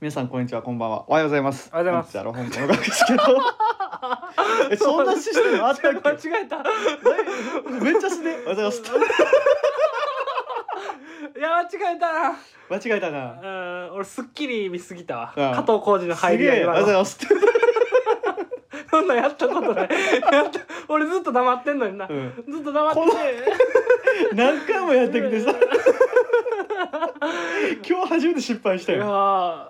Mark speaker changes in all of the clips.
Speaker 1: 皆さんこんにちはこんばんはおはようございます
Speaker 2: おはようござ
Speaker 1: いますロ本家の 学識えそんなシステムあったっ
Speaker 2: 間違えた
Speaker 1: けめっちゃすねおはようございます
Speaker 2: いや間違えたう
Speaker 1: 間違えたな
Speaker 2: ーん俺すっきり見すぎたわ
Speaker 1: うん
Speaker 2: 加藤浩次の入りや
Speaker 1: すげえおはようございます
Speaker 2: 今のそんなんやったことない やった俺ずっと黙ってんのにな、
Speaker 1: うん
Speaker 2: ずっと黙って
Speaker 1: 何回もやってきてさ
Speaker 2: うん
Speaker 1: 今日初めて失敗した
Speaker 2: いやー
Speaker 1: よ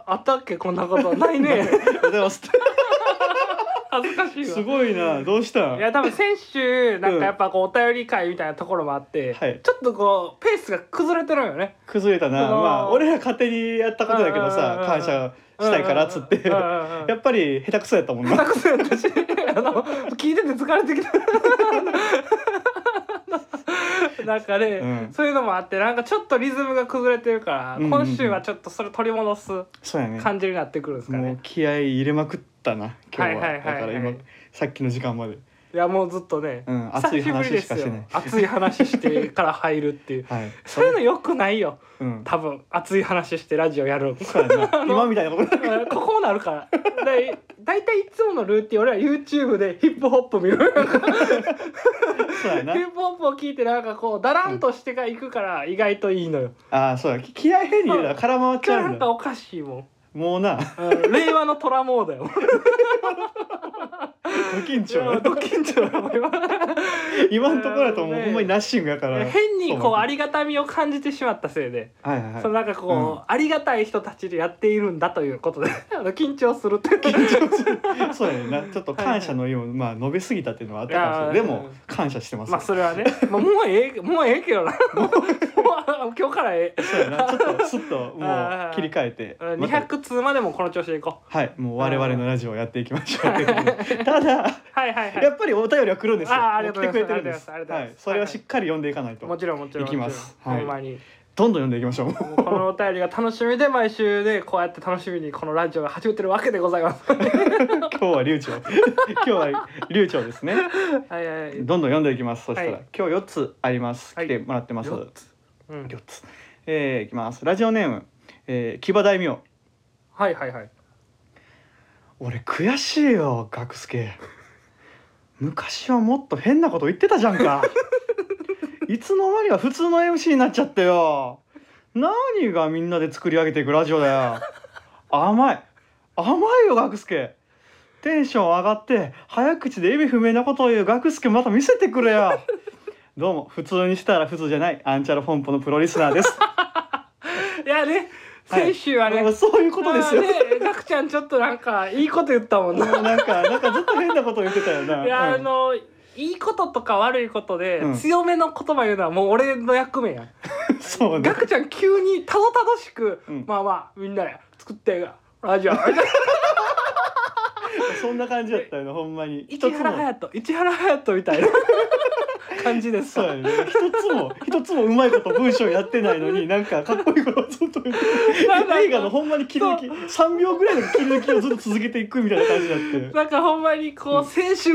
Speaker 2: あったっけこんなことないね
Speaker 1: おはようございます
Speaker 2: 恥ずかしいわ
Speaker 1: すごいなどうした
Speaker 2: い
Speaker 1: ん
Speaker 2: や多分先週なんかやっぱこうお便り会みたいなところもあって、
Speaker 1: はい
Speaker 2: ちょっとこうペースが崩れてるよね
Speaker 1: 崩れたな
Speaker 2: あのー
Speaker 1: まあ俺ら勝手にやったことだけど
Speaker 2: うんうんうん
Speaker 1: さ
Speaker 2: うん
Speaker 1: 感謝したいからっつって
Speaker 2: うんうん
Speaker 1: や
Speaker 2: うんうん
Speaker 1: っぱり下手くそやったもん
Speaker 2: 下
Speaker 1: な
Speaker 2: 手くそやったしあの聞いてて疲れてきた なんかね、
Speaker 1: うん
Speaker 2: そういうのもあってなんかちょっとリズムが崩れてるか
Speaker 1: う
Speaker 2: ら、
Speaker 1: んうんうん
Speaker 2: 今週はちょっとそれ取り戻す
Speaker 1: そうやね
Speaker 2: 感じになってくるんですかね
Speaker 1: もう気合い入れまくったな今日は,、
Speaker 2: はいはいはいはい
Speaker 1: だから今さっきの時間まで
Speaker 2: いやもうずっとね、
Speaker 1: うん
Speaker 2: 久しぶりです
Speaker 1: 熱い話しか
Speaker 2: よ
Speaker 1: してない
Speaker 2: 熱い話してから入るっ ていう
Speaker 1: はい
Speaker 2: そういうのよくないよ
Speaker 1: うん
Speaker 2: 多分熱い話してラジオやる
Speaker 1: そうやな今みたいなことだ
Speaker 2: うん ここなるからだいだいたいいつものルーティン俺は YouTube でヒップホップ見る
Speaker 1: そうやな
Speaker 2: ヒ ップホップを聞いてなんかこうだらんとしてがいくから意外といいのよ。
Speaker 1: ああそうやき気合い変に入れたら空回っちゃ
Speaker 2: な
Speaker 1: うんん
Speaker 2: か
Speaker 1: だ
Speaker 2: おかしいもん。
Speaker 1: もうな
Speaker 2: うん令和の虎モーだよ。
Speaker 1: ド緊張
Speaker 2: ド緊張だもん
Speaker 1: 今のところだともう
Speaker 2: ね
Speaker 1: ほんまにナッシングやから
Speaker 2: 今 変にこうあ
Speaker 1: り
Speaker 2: りがたみを感じてしまったせいで、
Speaker 1: はいはいはい
Speaker 2: そのなんかこう、
Speaker 1: うん
Speaker 2: ありがたい人たちでやっているんだということ であの緊張するというか。
Speaker 1: そうやねんなちょっと感謝の意味も、まあ述べ過ぎたっていうのはあったかもしれない
Speaker 2: い
Speaker 1: で
Speaker 2: やー
Speaker 1: も感謝してます、
Speaker 2: まあそれはね、まあ、もうええもうええけどな。 もう今日からええ。
Speaker 1: そうやなちょっとすっとも
Speaker 2: あ
Speaker 1: う
Speaker 2: ー
Speaker 1: 切り替えて
Speaker 2: うん
Speaker 1: また
Speaker 2: 200通までもこの調子でいこう。
Speaker 1: はいもう我々のラジオをやっていきましょうということでただ
Speaker 2: はいはいはい。
Speaker 1: やっぱりお便りは来るんですよ。
Speaker 2: あーあり
Speaker 1: も
Speaker 2: が
Speaker 1: う
Speaker 2: と
Speaker 1: 来
Speaker 2: うご
Speaker 1: て
Speaker 2: ざ
Speaker 1: く
Speaker 2: い
Speaker 1: れ
Speaker 2: ます
Speaker 1: てるんです。
Speaker 2: ありがとうござい
Speaker 1: は
Speaker 2: ます
Speaker 1: い、それはしっかり読んでいかないと。
Speaker 2: もちろんもちろん
Speaker 1: いきます
Speaker 2: もちろんほん
Speaker 1: は
Speaker 2: まに、
Speaker 1: どんどん読んでいきましょう。も
Speaker 2: もうこのお便りが楽しみで毎週ねこうやって楽しみにこのラジオが始めてるわけでござ います
Speaker 1: う今日は流暢。 今日は流暢ですね。
Speaker 2: はいはいはい
Speaker 1: どんどん読んでいきます。そしたら、
Speaker 2: はい
Speaker 1: 今日四つあります。
Speaker 2: はい
Speaker 1: 来てもらってます。
Speaker 2: 四うん
Speaker 1: 四つ。えー、いきます。ラジオネーム、えー、騎馬大名。
Speaker 2: はいはいはい
Speaker 1: 俺悔しいよ、学助。昔はもっと変なこと言ってたじゃん か。いつの間にか普通の MC になっちゃったよ。何がみんなで作り上げていくラジオだよ。甘い。甘いよ、学助。テンション上がって、早口で意味不明なことを言う学助また見せてくれよ。どうも、普通にしたら普通じゃない、アンチャラ本舗のプロリスナーです。
Speaker 2: いやね
Speaker 1: はい
Speaker 2: 先週あれ、
Speaker 1: もうそういうことですよ。
Speaker 2: あ
Speaker 1: も
Speaker 2: ーねガクちゃんちょっとなんかいいこと言ったもんな
Speaker 1: うなんか、なんかずっと変なこと言ってたよな。
Speaker 2: いや、
Speaker 1: うん
Speaker 2: あのいいこととか悪いことで、
Speaker 1: うん
Speaker 2: 強めの言葉言うのはもう俺の役目や
Speaker 1: そうね
Speaker 2: ガ。クちゃん急にたどたどしく、
Speaker 1: うん
Speaker 2: まあまあみんなで作って ラジオ
Speaker 1: そんな感じだったよね、ほんまに。
Speaker 2: 市原隼人市原隼人 みたいな感じです
Speaker 1: そうやね。一つも、一つもうまいこと文章やってないの に、なんかかっこいいことをずっと言って。
Speaker 2: なんか
Speaker 1: 映画のほんまに切り抜き、三秒ぐらいの切り抜きをずっと続けていくみたいな感じだ っ
Speaker 2: なんかほんまにこう青春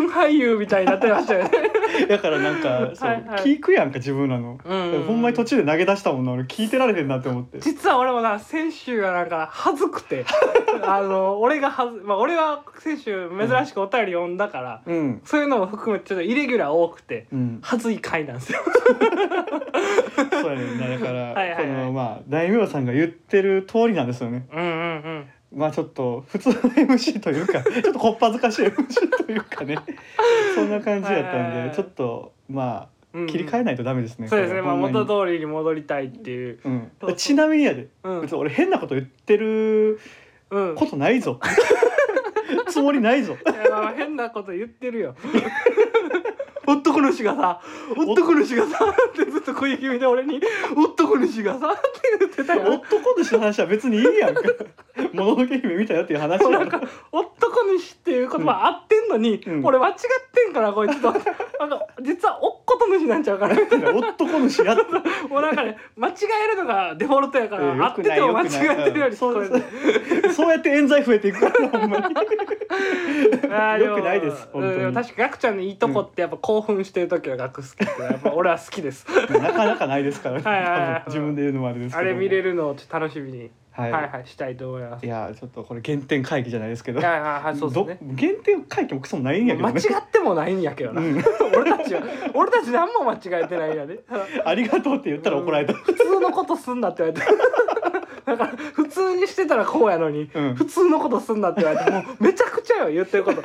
Speaker 2: 俳優みたいになってましたよ ね。
Speaker 1: て。だからなんか、そう、
Speaker 2: はいはい
Speaker 1: 聞くやんか、自分らの。
Speaker 2: うん
Speaker 1: ほんまに途中で投げ出したもんな、俺聞いてられてんなって思って。
Speaker 2: 実は俺もな先週はなんか恥ず くてあの俺がはず、まあ、俺は先週珍しくお便り読んだから、
Speaker 1: うん。
Speaker 2: そういうのも含めてちょっとイレギュラー多くて、
Speaker 1: うん、
Speaker 2: 恥ずい回なんですよ。
Speaker 1: そうやねんなだから、
Speaker 2: はいはいはい
Speaker 1: このまあ大名さんが言ってる通りなんですよね
Speaker 2: うんうんうん。
Speaker 1: まあちょっと普通の MC という かちょっとこっぱずかしい MC というかねそんな感じだった
Speaker 2: はいはい
Speaker 1: ん
Speaker 2: は
Speaker 1: で
Speaker 2: い
Speaker 1: ちょっとま
Speaker 2: うんう
Speaker 1: あ
Speaker 2: ん
Speaker 1: 切り替えないとダメですね、
Speaker 2: そうですね、まあ、元
Speaker 1: う、
Speaker 2: 通りに戻りたいっていう。
Speaker 1: うん
Speaker 2: そうそう、
Speaker 1: ちなみにやで、
Speaker 2: うん
Speaker 1: 別に俺変なこと言ってる
Speaker 2: うん。
Speaker 1: ことない ぞつもりないぞ
Speaker 2: いやまあ変なこと言ってるよ。 男主がさ、男主がさってずっと小気味で俺に男主がさって言ってたよ。
Speaker 1: 男主の話は別にいいやん か「もののけ姫」見たよっていう話や
Speaker 2: なんか男主っていう言葉合ってんのに、
Speaker 1: うん
Speaker 2: 俺間違ってんからこいつとなんか実はおっこと主なんちゃうからも
Speaker 1: 男主やっ
Speaker 2: うなんかね間違えるのがデフォルトやから、
Speaker 1: えー
Speaker 2: 合
Speaker 1: よ
Speaker 2: って
Speaker 1: くな
Speaker 2: て
Speaker 1: いよくない
Speaker 2: も間違えてるように聞こえる、
Speaker 1: てそうやって冤罪増えていくからほんまに
Speaker 2: あーでも
Speaker 1: よくないです本当に
Speaker 2: うんも確かにガクちゃんのいいとこってやっぱ興奮してる時はガク好きってやっぱ俺は好きです
Speaker 1: なかなかないですからね
Speaker 2: はいはいはい
Speaker 1: 多分自分で言うのもあれですけ
Speaker 2: あ
Speaker 1: ども
Speaker 2: れ見れるのをちょっと楽しみに
Speaker 1: はい、
Speaker 2: はいはいしたいと思います
Speaker 1: い、やちょっとこれ原点回帰じゃないですけど、
Speaker 2: はいはいはいそうですね
Speaker 1: ど原点回帰もクソもないんやけ
Speaker 2: 間
Speaker 1: ど
Speaker 2: 違
Speaker 1: ね
Speaker 2: ってもないんやけどな、
Speaker 1: うん
Speaker 2: 俺たちは俺たち何も間違えてないんやで、
Speaker 1: ありがとうって言ったら怒られた、
Speaker 2: 普通のことすんなって 言われてだから普通にしてたらこうやのに、
Speaker 1: うん
Speaker 2: 普通のことすんなって言われてもうめちゃくちゃよ言ってること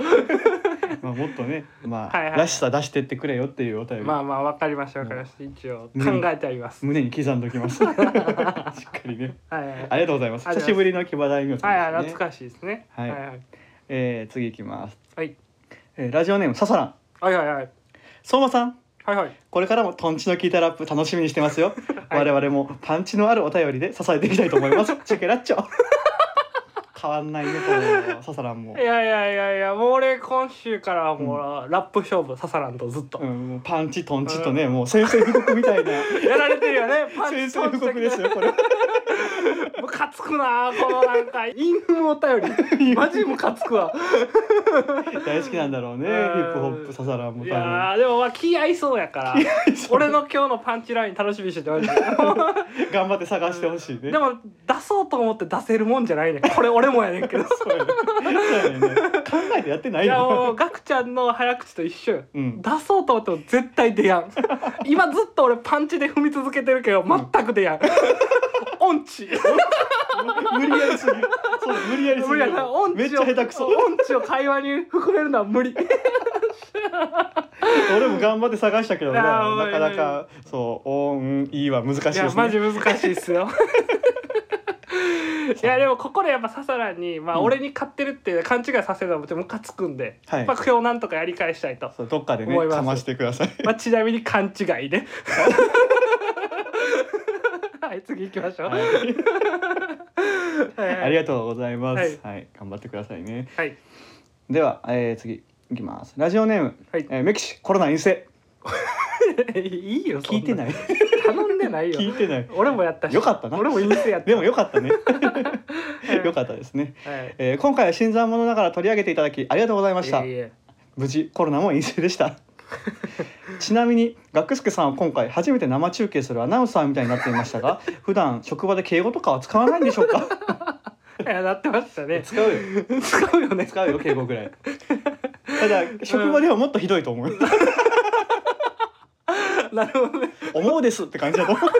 Speaker 1: まあ、もっとね、まあ
Speaker 2: はいはいはい
Speaker 1: らしさ出してってくれよっていうお便り、
Speaker 2: まあまあわかりましたわかりました一応
Speaker 1: う
Speaker 2: 考
Speaker 1: ん
Speaker 2: えてあります、
Speaker 1: 胸に刻んでおきますしっ かりね
Speaker 2: はいはい
Speaker 1: ありがとうございます
Speaker 2: あり
Speaker 1: 久
Speaker 2: がと
Speaker 1: し
Speaker 2: うご
Speaker 1: ぶりの騎馬大名さん
Speaker 2: はいはい
Speaker 1: ですね
Speaker 2: 懐かしいですね
Speaker 1: はい
Speaker 2: はいはい
Speaker 1: えー次いきます、
Speaker 2: はい
Speaker 1: えーラジオネームささらん
Speaker 2: はいはいはい
Speaker 1: 相馬さん
Speaker 2: はいはい
Speaker 1: これからもトンチの効いたラップ楽しみにしてますよ、我々もパンチのあるお便りで支えていきたいと思い ますチェケラッチョ変わんないねこのささらんも
Speaker 2: いやいやいやいやもう俺今週からはもううラップ勝負ささらんとずっと、
Speaker 1: うん、もうパンチトンチとね、もう先制布告みたいな
Speaker 2: やられてるよね パン
Speaker 1: 先
Speaker 2: チ
Speaker 1: 制
Speaker 2: トン
Speaker 1: 布
Speaker 2: チ
Speaker 1: 告ですよこれ
Speaker 2: ムカつくなこのなんか インフムお便りマジムカつくわ
Speaker 1: 大好きなんだろうねヒ
Speaker 2: うん
Speaker 1: ップホップささらんも
Speaker 2: い
Speaker 1: 多分
Speaker 2: やーでもまあ気合いそうやから俺の今日のパンチライン楽しみにしててほしい
Speaker 1: 頑張って探してほしいね
Speaker 2: でも出そうと思って出せるもんじゃないねこれ俺もやねん けど
Speaker 1: そうやねそうやね考えてやってないい
Speaker 2: や
Speaker 1: よ
Speaker 2: もうガクちゃんの早口と一緒よ
Speaker 1: うん
Speaker 2: 出そうと思っても絶対出やん今ずっと俺パンチで踏み続けてるけど全く出や ん、音痴
Speaker 1: 無理やりすぎるそう無理やりすぎ
Speaker 2: 無理やな音
Speaker 1: る
Speaker 2: 痴を
Speaker 1: めっちゃ下手くそ
Speaker 2: 音痴を会話に含めるのは無理
Speaker 1: 俺も頑張って探したけどね
Speaker 2: いや
Speaker 1: なかなかそう音いいは難しいで
Speaker 2: いや
Speaker 1: す
Speaker 2: マジ
Speaker 1: ね
Speaker 2: 難しいっ すよいやでもここでやっぱささらに、まあ、
Speaker 1: うん
Speaker 2: 俺に勝ってるって勘違いさせるのもムカつくんで、
Speaker 1: はい
Speaker 2: まあ、今日なんとかやり返し たいと、
Speaker 1: そうどっかでね
Speaker 2: 思います
Speaker 1: かましてください
Speaker 2: まあ、ちなみに勘違いね はい次行きましょう、
Speaker 1: は
Speaker 2: はい
Speaker 1: い
Speaker 2: はい
Speaker 1: ありがとうございま
Speaker 2: はい
Speaker 1: すはい頑張ってくださいね
Speaker 2: はい
Speaker 1: ではえー次いきますラジオネーム
Speaker 2: はい
Speaker 1: えーメキシコロナ陰性
Speaker 2: い いよそん
Speaker 1: 聞いてない
Speaker 2: 頼んでないよ
Speaker 1: 聞いてない
Speaker 2: 俺もやったし
Speaker 1: よかったな
Speaker 2: 俺も陰性やった
Speaker 1: でもよか ったね
Speaker 2: はい
Speaker 1: よかったですね
Speaker 2: はい
Speaker 1: えー今回は新参者ながら取り上げていただきありがとうございました
Speaker 2: いえいえ
Speaker 1: 無事コロナも陰性でした ちなみにガクスケさんは今回初めて生中継するアナウンサーみたいになっていましたが普段職場で敬語とかは使わないんでしょうか
Speaker 2: いやなってましたね
Speaker 1: 使うよ
Speaker 2: 使うよね
Speaker 1: 使うよ敬語ぐらいただ職場ではもっとひどいと思う、
Speaker 2: なるほどね
Speaker 1: 思うですって感じだと思う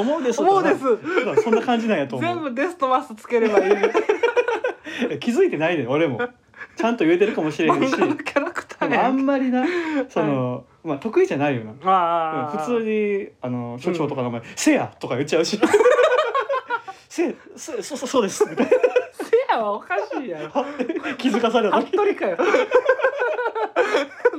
Speaker 1: 思うです
Speaker 2: 思うです
Speaker 1: 普段そんな感じなんやと
Speaker 2: 全
Speaker 1: 思う
Speaker 2: 部デストマスつければいい
Speaker 1: 気づいてないで俺もちゃんと言えてるかもしれへ ん
Speaker 2: 漫
Speaker 1: し
Speaker 2: 画のキャラクタ
Speaker 1: で
Speaker 2: ー
Speaker 1: もあ
Speaker 2: やん
Speaker 1: んまりなその、まあ得意じゃないよなうん
Speaker 2: まあ
Speaker 1: 普通にあの所長とかの前「せや!」とか言っちゃう し「せせそそそうです」みたい
Speaker 2: せやはおかしいや ろ
Speaker 1: な気づかされた時
Speaker 2: 服部かよ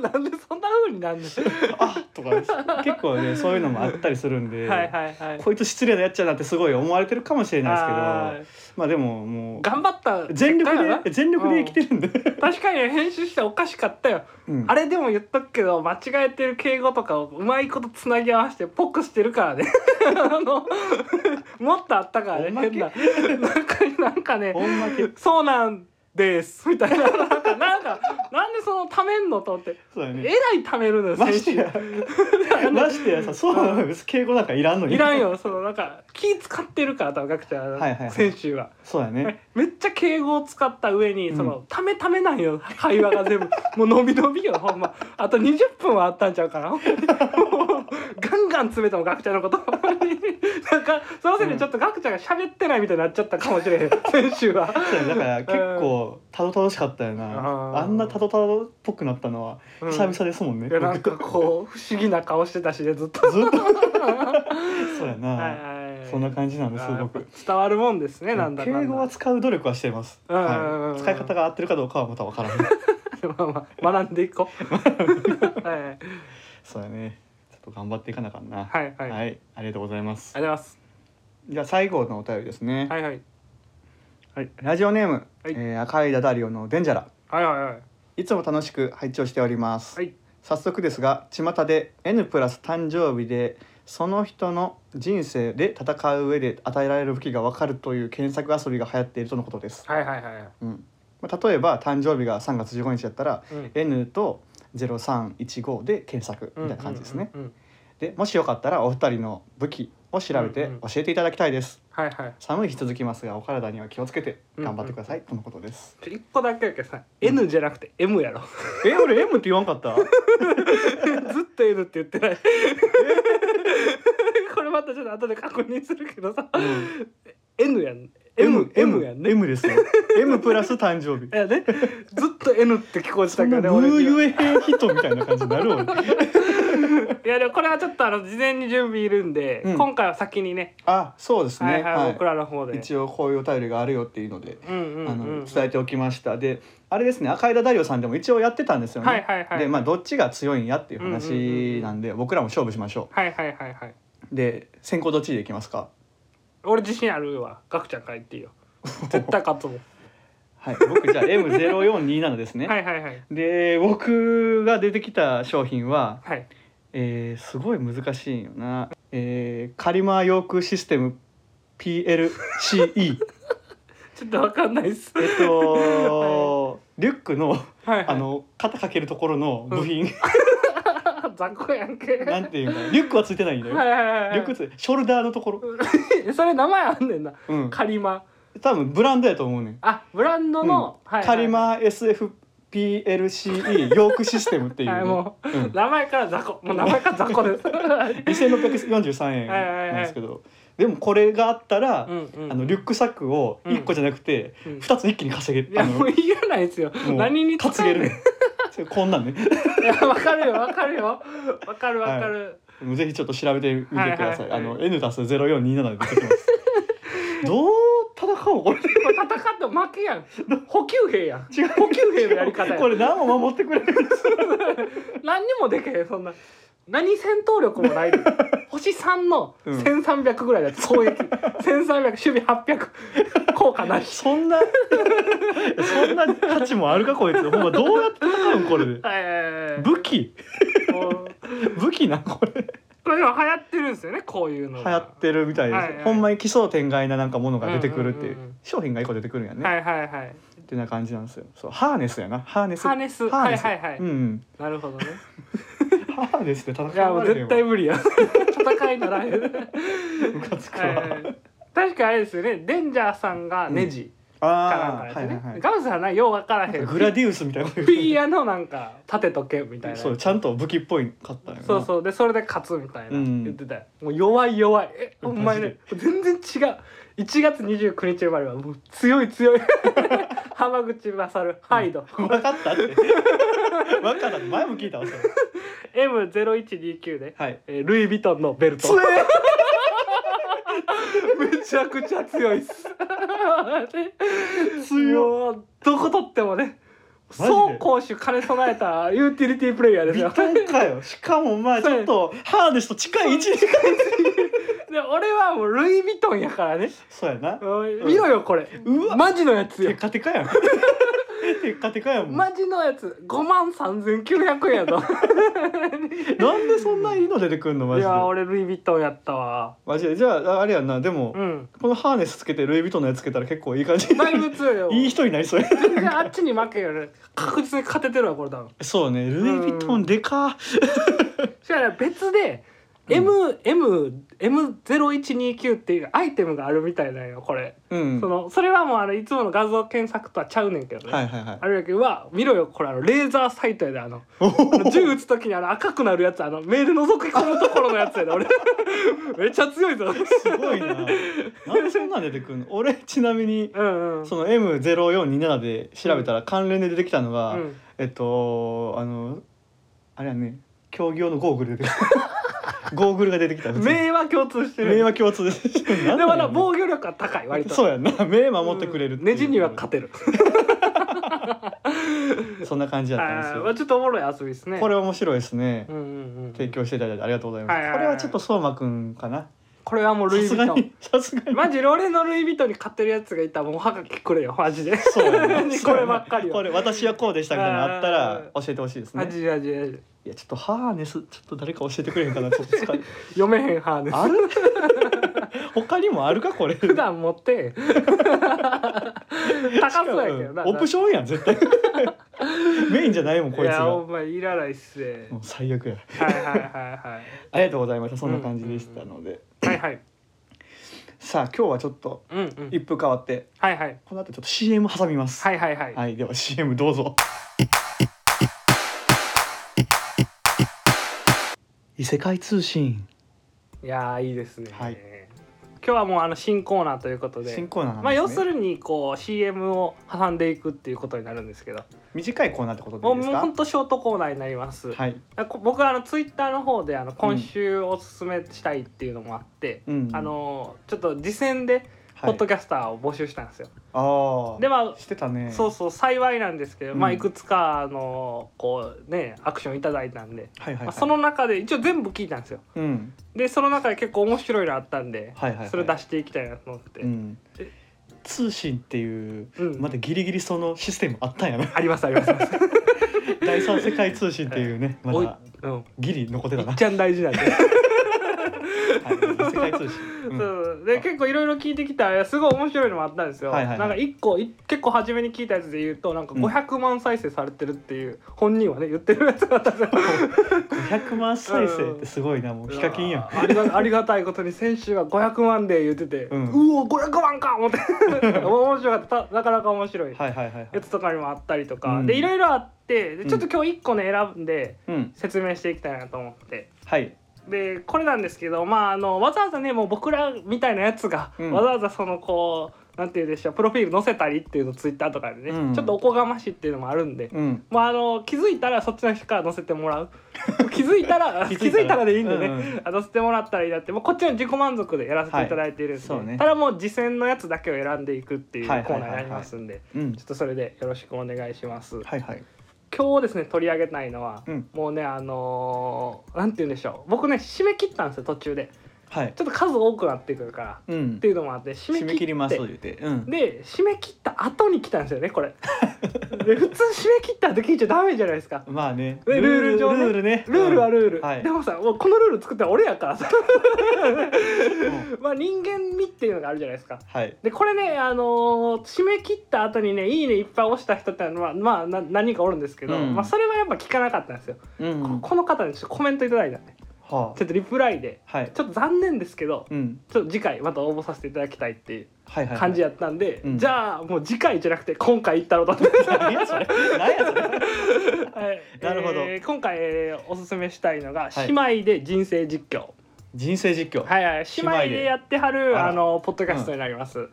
Speaker 2: なんでそんな風になんねん
Speaker 1: 「あとかです結構ねそういうのもあったりするんで、
Speaker 2: はいはいはい
Speaker 1: こいつ失礼なやっちゃなってすごい思われてるかもしれないですけど
Speaker 2: す
Speaker 1: まあでももう
Speaker 2: 頑張った
Speaker 1: 全力
Speaker 2: 結果やな
Speaker 1: で全力で生きてるんで、
Speaker 2: 確かに編集しておかしかったよ
Speaker 1: うん
Speaker 2: あれでも言っとくけど間違えてる敬語とかをうまいことつなぎ合わせてポックしてるからね あのもっとあったからね
Speaker 1: おまけ
Speaker 2: 変ななんかなんかね
Speaker 1: ほんまけ
Speaker 2: 「そうなんです」みたいななんかなんかなんでそのためんのと思って
Speaker 1: そうだ
Speaker 2: え
Speaker 1: ね
Speaker 2: らいためるのよ
Speaker 1: ま
Speaker 2: 先
Speaker 1: して
Speaker 2: 週
Speaker 1: やましてやさそうなのよ敬語なんかいらんのに
Speaker 2: いらんよそのなんか気使ってるから多分学者
Speaker 1: いはいはい
Speaker 2: 先週は。
Speaker 1: そうだね
Speaker 2: めっちゃ敬語を使った上に
Speaker 1: うん
Speaker 2: その、ためためなんよ会話が全部もう伸び伸びよほんまあと20分はあったんちゃうかなほ んまにもうガンガン詰めたもんガクちゃんのこと ほんまになんかそのせいでちょっとガクちゃんが喋ってないみたいになっちゃったかもしれへん先週は
Speaker 1: そうだねだから結構たどたどしかったよ
Speaker 2: あー
Speaker 1: なあんなたどたどっぽくなったのは
Speaker 2: うん
Speaker 1: 久々ですもんね、
Speaker 2: いやなんかこう不思議な顔してたしねずっ と
Speaker 1: ずっとそうやな、
Speaker 2: はいはい
Speaker 1: そんな感じなんですすご
Speaker 2: あ
Speaker 1: く
Speaker 2: ー伝わるもんですねなんだかんだ
Speaker 1: 敬語は使う努力はしています、
Speaker 2: うんうんうん
Speaker 1: はい、使い方が合ってるかどうかはまた分からない
Speaker 2: まあまあ学んでいこうはい
Speaker 1: そうやねちょっと頑張っていかなあかんな
Speaker 2: はいはい
Speaker 1: あ
Speaker 2: ありがとう
Speaker 1: りがとうございます
Speaker 2: ございます
Speaker 1: じゃあ最後のお便りですね、
Speaker 2: はいはい
Speaker 1: はいラジオネーム、えー赤いダダリオのデンジャラ
Speaker 2: はいはいはい
Speaker 1: いつも楽しく拝聴しております、
Speaker 2: はい
Speaker 1: 早速ですが巷で N プラス誕生日でその人の人生で戦う上で与えられる武器が分かるという検索遊びが流行っているとのことです、
Speaker 2: はいはいはいはい
Speaker 1: うんまあ、例えば誕生日が3月15日だったら
Speaker 2: うん
Speaker 1: N と0315で検索みたいな感じですね、
Speaker 2: うんうんうんうん
Speaker 1: でもしよかったらお二人の武器を調べて
Speaker 2: うんうん
Speaker 1: 教えていただきたいです、
Speaker 2: はいはい
Speaker 1: 寒い日続きますがお体には気をつけて頑張ってください、とのことです
Speaker 2: ちょ一個だけやけどさ N じゃなくて M やろ
Speaker 1: え俺 M って言わんかった
Speaker 2: ずっと N って言ってない これまたちょっと後で確認するけどさ N やん M M やんね
Speaker 1: M ですよ M プラス誕生日
Speaker 2: いやねずっと N って聞こえて
Speaker 1: そ
Speaker 2: た
Speaker 1: ん
Speaker 2: け
Speaker 1: な
Speaker 2: ど
Speaker 1: ブ
Speaker 2: ね俺
Speaker 1: ー
Speaker 2: に
Speaker 1: ゆ
Speaker 2: は
Speaker 1: えへん人みたいな感じになるわ
Speaker 2: いやでもこれはちょっとあの事前に準備いるんで、
Speaker 1: うん
Speaker 2: 今回は先にね
Speaker 1: あそうです
Speaker 2: は
Speaker 1: ね
Speaker 2: いはい、僕らの方で
Speaker 1: 一応こういうお便りがあるよっていうので、
Speaker 2: うんうんうん
Speaker 1: あ
Speaker 2: うん
Speaker 1: の伝えておきましたであれですね赤枝ダリオさんでも一応やってたんですよね、
Speaker 2: はいはいはい
Speaker 1: でまあどっちが強いんやっていう
Speaker 2: うんうんうんう
Speaker 1: 話
Speaker 2: ん
Speaker 1: なんで、僕らも勝負しましょ
Speaker 2: はいはいはいはいう
Speaker 1: で先行どっちでいきますか
Speaker 2: 俺自信あるわガクちゃんから言ってい いよ絶対勝つもん
Speaker 1: はい僕じゃあ M0427 ですね、
Speaker 2: はいはいはい
Speaker 1: で僕が出てきた商品は、
Speaker 2: はい
Speaker 1: えーすごい難しいんよな、えーカリマーヨークシステム PLCE
Speaker 2: ちょっとわかんないっす
Speaker 1: えっと、リュックの
Speaker 2: はいはい
Speaker 1: あの肩かけるところの部品、
Speaker 2: 雑魚やんけ
Speaker 1: なんていうかリュックはついてないんだよ、
Speaker 2: はいはいはい
Speaker 1: リュックついてショルダーのところ、
Speaker 2: え それ名前あんねんな
Speaker 1: うん、
Speaker 2: カリマ
Speaker 1: 多分ブランドやと思うねん、
Speaker 2: あブランドの、はいは
Speaker 1: カ
Speaker 2: い
Speaker 1: リマ SFPLCE ヨークシステムっていう、
Speaker 2: はいもう、
Speaker 1: うん
Speaker 2: 名前から雑魚もう名前から雑魚 です
Speaker 1: 2643円
Speaker 2: はいはいはい
Speaker 1: なんですけど、でもこれがあったら、
Speaker 2: うんうん
Speaker 1: あのリュックサックを1個じゃなくて
Speaker 2: うん
Speaker 1: 2つ一気に稼げ
Speaker 2: いや
Speaker 1: あの
Speaker 2: もういらないですよ
Speaker 1: もう
Speaker 2: 何に
Speaker 1: 担
Speaker 2: 使
Speaker 1: げ
Speaker 2: え
Speaker 1: る
Speaker 2: る
Speaker 1: ね こんなんね
Speaker 2: いやわかるよわかるよわかるわかる、
Speaker 1: ぜひちょっと調べてみてください。
Speaker 2: はいはいはい
Speaker 1: あの N たす0427で出てき ます。どう戦おうこれ。
Speaker 2: これ戦っても負けやん補給兵やん
Speaker 1: 違う
Speaker 2: 補給兵のやり方や
Speaker 1: こ
Speaker 2: ん
Speaker 1: れ何も守ってくれる。
Speaker 2: 何にもでけへんそんな何戦闘力もないで星3の
Speaker 1: うん
Speaker 2: 1300ぐらいだって 攻撃1300守備800効果なし
Speaker 1: そんなそんな価値もあるかこいつ。ほんまどうやって戦うんこれで。
Speaker 2: えー
Speaker 1: 武器
Speaker 2: もう
Speaker 1: 武器なこれ。
Speaker 2: これ今流行ってるんですよねこういう
Speaker 1: 流
Speaker 2: の
Speaker 1: 行ってるみたいです。
Speaker 2: はいはい
Speaker 1: ほんまに奇想天外ななんかものが出てくるっていう,、
Speaker 2: うんうんうんうん
Speaker 1: 商品が一個出てくるんやね。
Speaker 2: はいはいはい
Speaker 1: ってな感じなんですよ。そうハーネスやなハーネス。
Speaker 2: ハーネス
Speaker 1: ハーネス。
Speaker 2: はいはいはい
Speaker 1: うんうん。
Speaker 2: なるほどね
Speaker 1: ハーネスで戦わ
Speaker 2: いやもう
Speaker 1: れて
Speaker 2: 絶
Speaker 1: も
Speaker 2: 対無理や 戦いならへん、
Speaker 1: ムカつくわ。
Speaker 2: えー確かあれですよねデンジャーさんがネジかなん
Speaker 1: あ
Speaker 2: か
Speaker 1: あー
Speaker 2: や
Speaker 1: は
Speaker 2: って
Speaker 1: い
Speaker 2: ね、
Speaker 1: はいはい。
Speaker 2: ガウスはなよう分からへん
Speaker 1: グラディウスみたいなこと
Speaker 2: フィギュアのなんか立てとけみたいな
Speaker 1: そうちゃんと武器っぽいかったよな
Speaker 2: そうそうでそれで勝つみたいな、
Speaker 1: うん
Speaker 2: 言ってたよもう弱い弱いえお前ね全然違う1月29日生まれはもう強い 強い浜口勝ハイド、
Speaker 1: 分かったって分 かったって前も聞いたわそれ
Speaker 2: M0129 で、
Speaker 1: はい
Speaker 2: えールイ・ヴィトンのベルトめちゃくちゃ強いっ す
Speaker 1: 強
Speaker 2: もうどこ取ってもね
Speaker 1: マジで
Speaker 2: 総攻守兼ね備えたユーティリティプレイヤーです
Speaker 1: ビ
Speaker 2: よ
Speaker 1: トンかよしかもまあちょっとハーネスと近い位置に
Speaker 2: で俺はもうルイ・ヴィトンやからね
Speaker 1: そうやな
Speaker 2: うん見ろよこれ
Speaker 1: うわ
Speaker 2: マジのやつ
Speaker 1: テ
Speaker 2: よ
Speaker 1: カテカやん テカテカやもん、
Speaker 2: マジのやつ5万3900円やぞ
Speaker 1: なんでそんないいの出てくんのマ
Speaker 2: い
Speaker 1: ジで
Speaker 2: や俺ルイ・ヴィトンやったわ
Speaker 1: マジでじゃああれやんなでも、
Speaker 2: うん
Speaker 1: このハーネスつけてルイ・ヴィトンのやつつけたら結構いい感じ
Speaker 2: だいぶ強いよ
Speaker 1: いい人になりそうや
Speaker 2: 全然あっちに負けよね確実に勝ててるわこれ多分
Speaker 1: そうねルイ・ヴィトンでか
Speaker 2: そやら別で MMM0129 っていうアイテムがあるみたいなんよこれ、
Speaker 1: うん
Speaker 2: そ
Speaker 1: は
Speaker 2: のそれはもうあのいつもの画像検索とはちゃうねんけど
Speaker 1: い
Speaker 2: ね、
Speaker 1: はいは
Speaker 2: あれやけどうわ見ろよこれあのレーザーサイトやであのあの銃撃つ時にあの赤くなるやつあのメール覗き込むところのやつや で俺めっちゃ強いぞ
Speaker 1: いすごいななんでそんなん出てくんの俺ちなみに
Speaker 2: うんうん
Speaker 1: その M0427 で調べたら関連で出てきたのが、
Speaker 2: うん
Speaker 1: えっとあのあれやね競技用のゴーグルで出てきた ゴーグルが出てきた
Speaker 2: 名は共通してる
Speaker 1: 名は共通です
Speaker 2: で
Speaker 1: で
Speaker 2: もな防御力は高い割と
Speaker 1: そううやんな名守ってくれるって
Speaker 2: ん
Speaker 1: いう
Speaker 2: ネジには勝てる
Speaker 1: そんな感じだったんです
Speaker 2: あ
Speaker 1: よ、
Speaker 2: ーちょっとおもろい遊びですね
Speaker 1: これ面白いですね、
Speaker 2: うんうんうん
Speaker 1: 提供していただいてありがとうございます、
Speaker 2: はいはいは
Speaker 1: こ
Speaker 2: い
Speaker 1: れはちょっと相馬くんかな
Speaker 2: これはもう
Speaker 1: さ
Speaker 2: ルイ・
Speaker 1: す
Speaker 2: ヴ
Speaker 1: が
Speaker 2: ィトン
Speaker 1: にさすが に
Speaker 2: マジで俺のルイ・ヴィトンに勝てるやつがいたらもうおはがきくれよマジで
Speaker 1: そうやな
Speaker 2: こればっかり
Speaker 1: こ
Speaker 2: よ
Speaker 1: れ私はこうでしたみたいなのあった
Speaker 2: あ
Speaker 1: ら
Speaker 2: ー
Speaker 1: 教えてほしいですね
Speaker 2: マジマジマジ
Speaker 1: いやちょっとハーネスちょっと誰か教えてくれへんかなちょっと使い
Speaker 2: 読めへんハーネス
Speaker 1: ある他にもあるかこれ
Speaker 2: 普段持 って高そうやけどな
Speaker 1: オプションやん絶 対メインじゃないもんこいつ
Speaker 2: いや
Speaker 1: が
Speaker 2: お
Speaker 1: も
Speaker 2: 前いらないっすね
Speaker 1: う最悪や
Speaker 2: はいはいはいは
Speaker 1: ありがとうございましたそんな感じでしたので、
Speaker 2: いはいはい
Speaker 1: さあ今日はちょっと
Speaker 2: うんうん
Speaker 1: 一風変わって
Speaker 2: はいはい
Speaker 1: この後ちょっと CM 挟みます
Speaker 2: はいはいはい、
Speaker 1: はい、では CM どうぞ。異世界通信
Speaker 2: い、やーいいですね、
Speaker 1: はい
Speaker 2: 今日はもうあの新コーナーということで
Speaker 1: 新コーナーなんですね。
Speaker 2: まあ要するにこう CM を挟んでいくっていうことになるんですけど
Speaker 1: 短いコーナーってことでい
Speaker 2: も
Speaker 1: いうです
Speaker 2: ほん
Speaker 1: か？
Speaker 2: とショートコーナーになります、
Speaker 1: はい。
Speaker 2: あこ僕はあのツイッターの方であの今週おすすめしたいっていうのもあって、
Speaker 1: うん。
Speaker 2: あのちょっと次戦で
Speaker 1: は
Speaker 2: ポ
Speaker 1: い、
Speaker 2: ッドキャスターを募集したんですよ、
Speaker 1: ああ。
Speaker 2: でま
Speaker 1: してたね。
Speaker 2: あそう
Speaker 1: そ
Speaker 2: そう幸いなんですけど、
Speaker 1: うん
Speaker 2: まあいくつかあのこうねアクションいただいたんで、
Speaker 1: う。はいはい、
Speaker 2: ま
Speaker 1: は
Speaker 2: あ、
Speaker 1: い。
Speaker 2: その中で一応全部聞いたんですよ
Speaker 1: うん。
Speaker 2: でその中で結構面白いのあったんで、
Speaker 1: はいはい、はい。
Speaker 2: それ出していきたいなと思って、
Speaker 1: うん
Speaker 2: え。
Speaker 1: 通信っていう
Speaker 2: うん
Speaker 1: まだギリギリそのシステムあったんやな。
Speaker 2: ありますありますあります、
Speaker 1: 第三世界通信っていうねま
Speaker 2: おい
Speaker 1: だ
Speaker 2: うん、
Speaker 1: ギリ残って
Speaker 2: い
Speaker 1: たな。
Speaker 2: っ
Speaker 1: は
Speaker 2: ちゃん大事なんで、
Speaker 1: い、異世界通信。うん
Speaker 2: そうで結構いろいろ聞いてきたすごい面白いのもあったんですよ、
Speaker 1: はいはいはい
Speaker 2: なんか一個い結構初めに聞いたやつで言うとなんか
Speaker 1: うん
Speaker 2: 500万再生されてるっていう、本人はね言ってるやつがあったんですよ
Speaker 1: 500万再生ってすごいなもうヒカキンやん。
Speaker 2: ありがありがたいことに先週は500万で言ってて、
Speaker 1: う
Speaker 2: うんお500万か思って 面白かったなかなか面白い
Speaker 1: はいはいはいはい
Speaker 2: や。つとかにもあったりとか、
Speaker 1: うん
Speaker 2: でいろいろあってで
Speaker 1: うん
Speaker 2: ちょっと今日一個ね選んで
Speaker 1: うん。
Speaker 2: 説明していきたいなと思って。
Speaker 1: はい。
Speaker 2: でこれなんですけどまああのわざわざねもう僕らみたいなやつが、
Speaker 1: うん
Speaker 2: わざわざそのこうなんて言うんでしょうプロフィール載せたりっていうのツイッターとかでね、
Speaker 1: うん
Speaker 2: ちょっとおこがましいっていうのもあるんで、
Speaker 1: うん。
Speaker 2: まああの気づいたらそっちの人から載せてもらう 気づいた ら気づいたらでいいんでね、
Speaker 1: ううん
Speaker 2: あ載せてもらったらいいなってもうこっちの自己満足でやらせていただいているんで、
Speaker 1: はいそうね
Speaker 2: ただもう次戦のやつだけを選んでいくっていうコ
Speaker 1: はいはい
Speaker 2: ー
Speaker 1: はい
Speaker 2: ナ
Speaker 1: は
Speaker 2: ー
Speaker 1: い
Speaker 2: になりますんで、
Speaker 1: うん
Speaker 2: ちょっとそれでよろしくお願いします。
Speaker 1: はいはい。
Speaker 2: 今日ですね取り上げたいのは、
Speaker 1: うん
Speaker 2: もうねあのーなんて言うんでしょう僕ね締め切ったんですよ途中で
Speaker 1: はい。
Speaker 2: ちょっと数多くなってくるから
Speaker 1: うん
Speaker 2: って。いうのもあって締め切
Speaker 1: 締
Speaker 2: って
Speaker 1: め切ります言うて。うん。
Speaker 2: で締め切った後に来たんですよねこれで普通締め切った後聞いちゃダメじゃないですか
Speaker 1: まあね。
Speaker 2: でルール上ね
Speaker 1: ルールね。
Speaker 2: ルールはルール、
Speaker 1: うんはい
Speaker 2: でもさもうこのルール作ったの俺やからさ
Speaker 1: うん
Speaker 2: まあ人間味っていうのがあるじゃないですか
Speaker 1: はい。
Speaker 2: でこれねあのー締め切った後にね「いいね」いっぱい押した人ってのは、まあ、な何人かおるんですけど、
Speaker 1: うん
Speaker 2: まあ、それはやっぱ聞かなかったんですよ
Speaker 1: うん。
Speaker 2: ここの方にちょっとコメントいただいたんで
Speaker 1: は
Speaker 2: ちょっとリプライで
Speaker 1: あ。はい。
Speaker 2: ちょっと残念ですけど
Speaker 1: うん。
Speaker 2: ちょっと次回また応募させていただきたいっていう
Speaker 1: はいはいはい。
Speaker 2: 感じやったんで、
Speaker 1: うん
Speaker 2: じゃあもう次回じゃなくて今回行ったろ うと、
Speaker 1: 何やそれ。何やそれ。
Speaker 2: はい
Speaker 1: なるほど
Speaker 2: えー今回、えーおすすめしたいのが、
Speaker 1: はい
Speaker 2: 姉妹で人生実況
Speaker 1: 人生実況。
Speaker 2: はいはい姉妹でやってはる
Speaker 1: あら
Speaker 2: あのポッドキャストになります、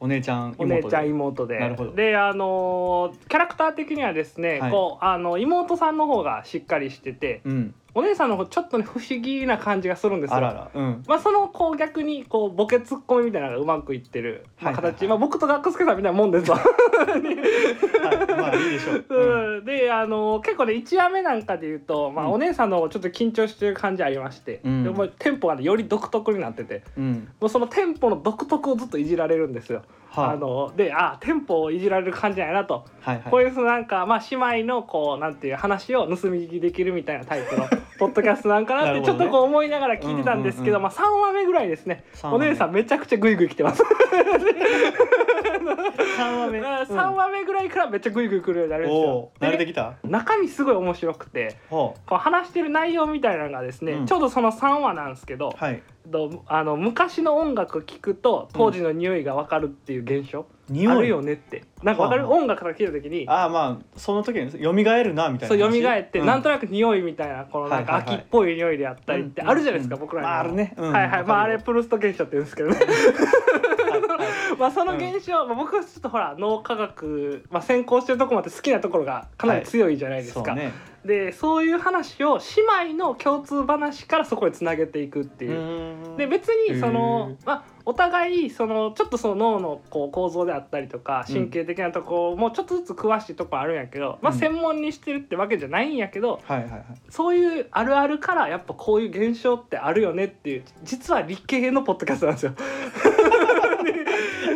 Speaker 1: お姉ちゃん。
Speaker 2: お姉ちゃん
Speaker 1: 妹で。
Speaker 2: 妹で
Speaker 1: なるほど
Speaker 2: であのーキャラクター的にはですね、
Speaker 1: はい
Speaker 2: こうあの妹さんの方がしっかりしてて
Speaker 1: うん。
Speaker 2: お姉さんの方ちょっとね不思議な感じがするんですよ
Speaker 1: あらら。 うん。
Speaker 2: まあ、そのこう逆にこうボケツッコミみたいなのがうまくいってる、ま
Speaker 1: は
Speaker 2: あ
Speaker 1: い
Speaker 2: 形、
Speaker 1: はいはい
Speaker 2: まあ、僕とガックスケさんみたいなもんですわ、
Speaker 1: はいまあいいでしょう。うん
Speaker 2: うん であの結構ね1話目なんかで言うと、まあ、
Speaker 1: うん
Speaker 2: お姉さんの方ちょっと緊張してる感じありまして、
Speaker 1: うん
Speaker 2: でもテンポが、ね、より独特になってて
Speaker 1: うん。
Speaker 2: もうそのテンポの独特をずっといじられるんですよ。
Speaker 1: は
Speaker 2: あのであテンポをいじられる感じなんやなと、
Speaker 1: はいはい。
Speaker 2: こういうそのなんか、まあ、姉妹のこうなんていう話を盗み聞きできるみたいなタイ プのポッドキャストなんかなって
Speaker 1: なるほ
Speaker 2: ち
Speaker 1: ど
Speaker 2: ょっ
Speaker 1: ね
Speaker 2: とこう思いながら聞いてたんですけ
Speaker 1: うん
Speaker 2: ど、
Speaker 1: うん
Speaker 2: まあ、3話目ぐらいですね
Speaker 1: 三
Speaker 2: お
Speaker 1: 話目
Speaker 2: 姉さんめちゃくちゃグイグイ来 てます。
Speaker 1: 三話目。
Speaker 2: 3話目ぐらいからめっちゃグイグイ来るようになるん
Speaker 1: 目。
Speaker 2: です
Speaker 1: お
Speaker 2: よ
Speaker 1: お。。慣れて
Speaker 2: で
Speaker 1: きた。
Speaker 2: 中身すごい面白くて
Speaker 1: ほ
Speaker 2: こう話してる内容みたいなのがですね、
Speaker 1: うん
Speaker 2: ちょうどその3話なんですけど
Speaker 1: う。、はい。
Speaker 2: とあの昔の音楽聴くと当時の匂いが分かるっていう現象、
Speaker 1: 匂い。
Speaker 2: あるよねってなんか分かる
Speaker 1: はあ
Speaker 2: 音楽とか聴いた時に
Speaker 1: ああまあその時に蘇るなみたい
Speaker 2: そ
Speaker 1: な
Speaker 2: う蘇
Speaker 1: 話。
Speaker 2: って、
Speaker 1: う
Speaker 2: なんとなく匂いみたいなこのなんか
Speaker 1: はいはいは
Speaker 2: 秋
Speaker 1: い
Speaker 2: っぽい匂いであったりってあるじゃないですか、
Speaker 1: うん
Speaker 2: 僕らに
Speaker 1: ま
Speaker 2: も
Speaker 1: ああるね。うん
Speaker 2: はいはいまああれ
Speaker 1: わか
Speaker 2: プルスト現象って言うんですけどね
Speaker 1: るよはいはい
Speaker 2: まあその現象、まあ、僕はちょっとほら脳科学、まあ、先行してるとこまで好きなところがかなり強いじゃないですか、
Speaker 1: そうね。
Speaker 2: でそういう話を姉妹の共通話からそこにつなげていくっていう。で別にその、まあ、お互いそのちょっとその脳のこう構造であったりとか神経的なとこもちょっとずつ詳しいとこあるんやけど、まあ、
Speaker 1: うん
Speaker 2: 専門にしてるってわけじゃないんやけど
Speaker 1: はいはいはい。
Speaker 2: そういうあるあるからやっぱこういう現象ってあるよねっていう実は理系のポッドキャストなんですよ。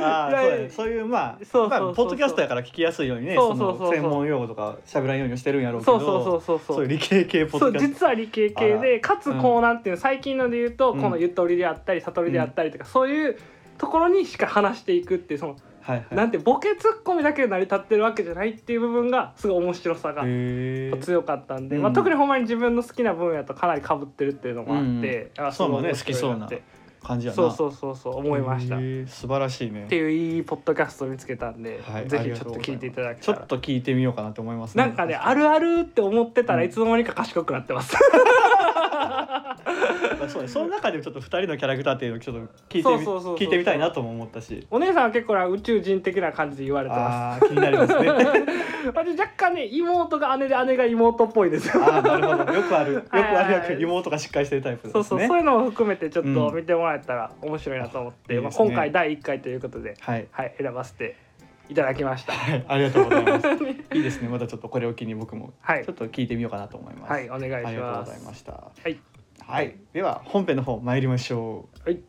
Speaker 1: ああ
Speaker 2: いや
Speaker 1: そうやねそういうまあ
Speaker 2: そうそうそうそう
Speaker 1: まあポッドキャストやから聞きやすいようにね
Speaker 2: そう
Speaker 1: そ
Speaker 2: そうそうそう
Speaker 1: の専門用語とか喋らんようにしてるんやろうけど
Speaker 2: そうそうそうそうそう
Speaker 1: そういう理系系ポッド
Speaker 2: そう
Speaker 1: キャス
Speaker 2: 実は理系系
Speaker 1: あ
Speaker 2: で
Speaker 1: ら
Speaker 2: かつ
Speaker 1: うん
Speaker 2: こうなんていうの最近ので言うと、
Speaker 1: うん
Speaker 2: このゆとりであったり悟りであったりとか、そういうところにしか話していくっていうその、
Speaker 1: トはい
Speaker 2: な
Speaker 1: はい
Speaker 2: んてボケツッコミだけで成り立ってるわけじゃないっていう部分がすごい面白さが
Speaker 1: へえ
Speaker 2: 強かったんで、
Speaker 1: うん
Speaker 2: まあ、特にほんまに自分の好きな分野とかなりかぶってるっていうのもあって、
Speaker 1: うん
Speaker 2: あ
Speaker 1: そうね
Speaker 2: すごい面白いなって
Speaker 1: 好きそう感じやな
Speaker 2: そう
Speaker 1: う
Speaker 2: そうそうそう思いました、っ
Speaker 1: 素晴らしいね
Speaker 2: ていういいポッドキャストを見つけたんで、
Speaker 1: はい
Speaker 2: ぜ
Speaker 1: あ
Speaker 2: ひ
Speaker 1: り
Speaker 2: ち
Speaker 1: が
Speaker 2: ょっ
Speaker 1: とうござい
Speaker 2: と
Speaker 1: ます
Speaker 2: 聞いていただけ
Speaker 1: ちょ
Speaker 2: た
Speaker 1: っ
Speaker 2: ら
Speaker 1: と聞いてみようかなって思いますね
Speaker 2: なんかね
Speaker 1: 確
Speaker 2: あるあるって思ってた
Speaker 1: う
Speaker 2: ら
Speaker 1: ん
Speaker 2: いつの間にか賢くなってます、
Speaker 1: まあそうねその中でもちょっと2人のキャラクターっていうのをちょっと聞いて
Speaker 2: そう
Speaker 1: み
Speaker 2: そうそうそう
Speaker 1: 聞いてみたいなとも思ったし
Speaker 2: お姉さんは結構な宇宙人的な感じで言われてます
Speaker 1: ああー気になりますね
Speaker 2: 私若干ね妹が姉で姉が妹っぽいですよ
Speaker 1: ああなるほどよくあるよくあるや
Speaker 2: はい
Speaker 1: つ妹がしっかりしてるタイプ
Speaker 2: そ
Speaker 1: で
Speaker 2: う
Speaker 1: す
Speaker 2: そう、
Speaker 1: ね
Speaker 2: そういうのも含めてちょっと
Speaker 1: うん
Speaker 2: 見てもらえたら面白いなと思って、
Speaker 1: あいい
Speaker 2: ま
Speaker 1: で
Speaker 2: あ、
Speaker 1: すね
Speaker 2: 今回第1回ということで、
Speaker 1: はい
Speaker 2: はい、選ばせていただきました。
Speaker 1: はいありがとうございますいいですねまたちょっとこれを機に僕も
Speaker 2: はい
Speaker 1: ちょっと聞いてみようかなと思います
Speaker 2: はい、お願い
Speaker 1: あ
Speaker 2: し
Speaker 1: りがとう
Speaker 2: ま
Speaker 1: ご
Speaker 2: す。
Speaker 1: ざいました
Speaker 2: はい、
Speaker 1: はいでは本編の方参りましょう
Speaker 2: はい、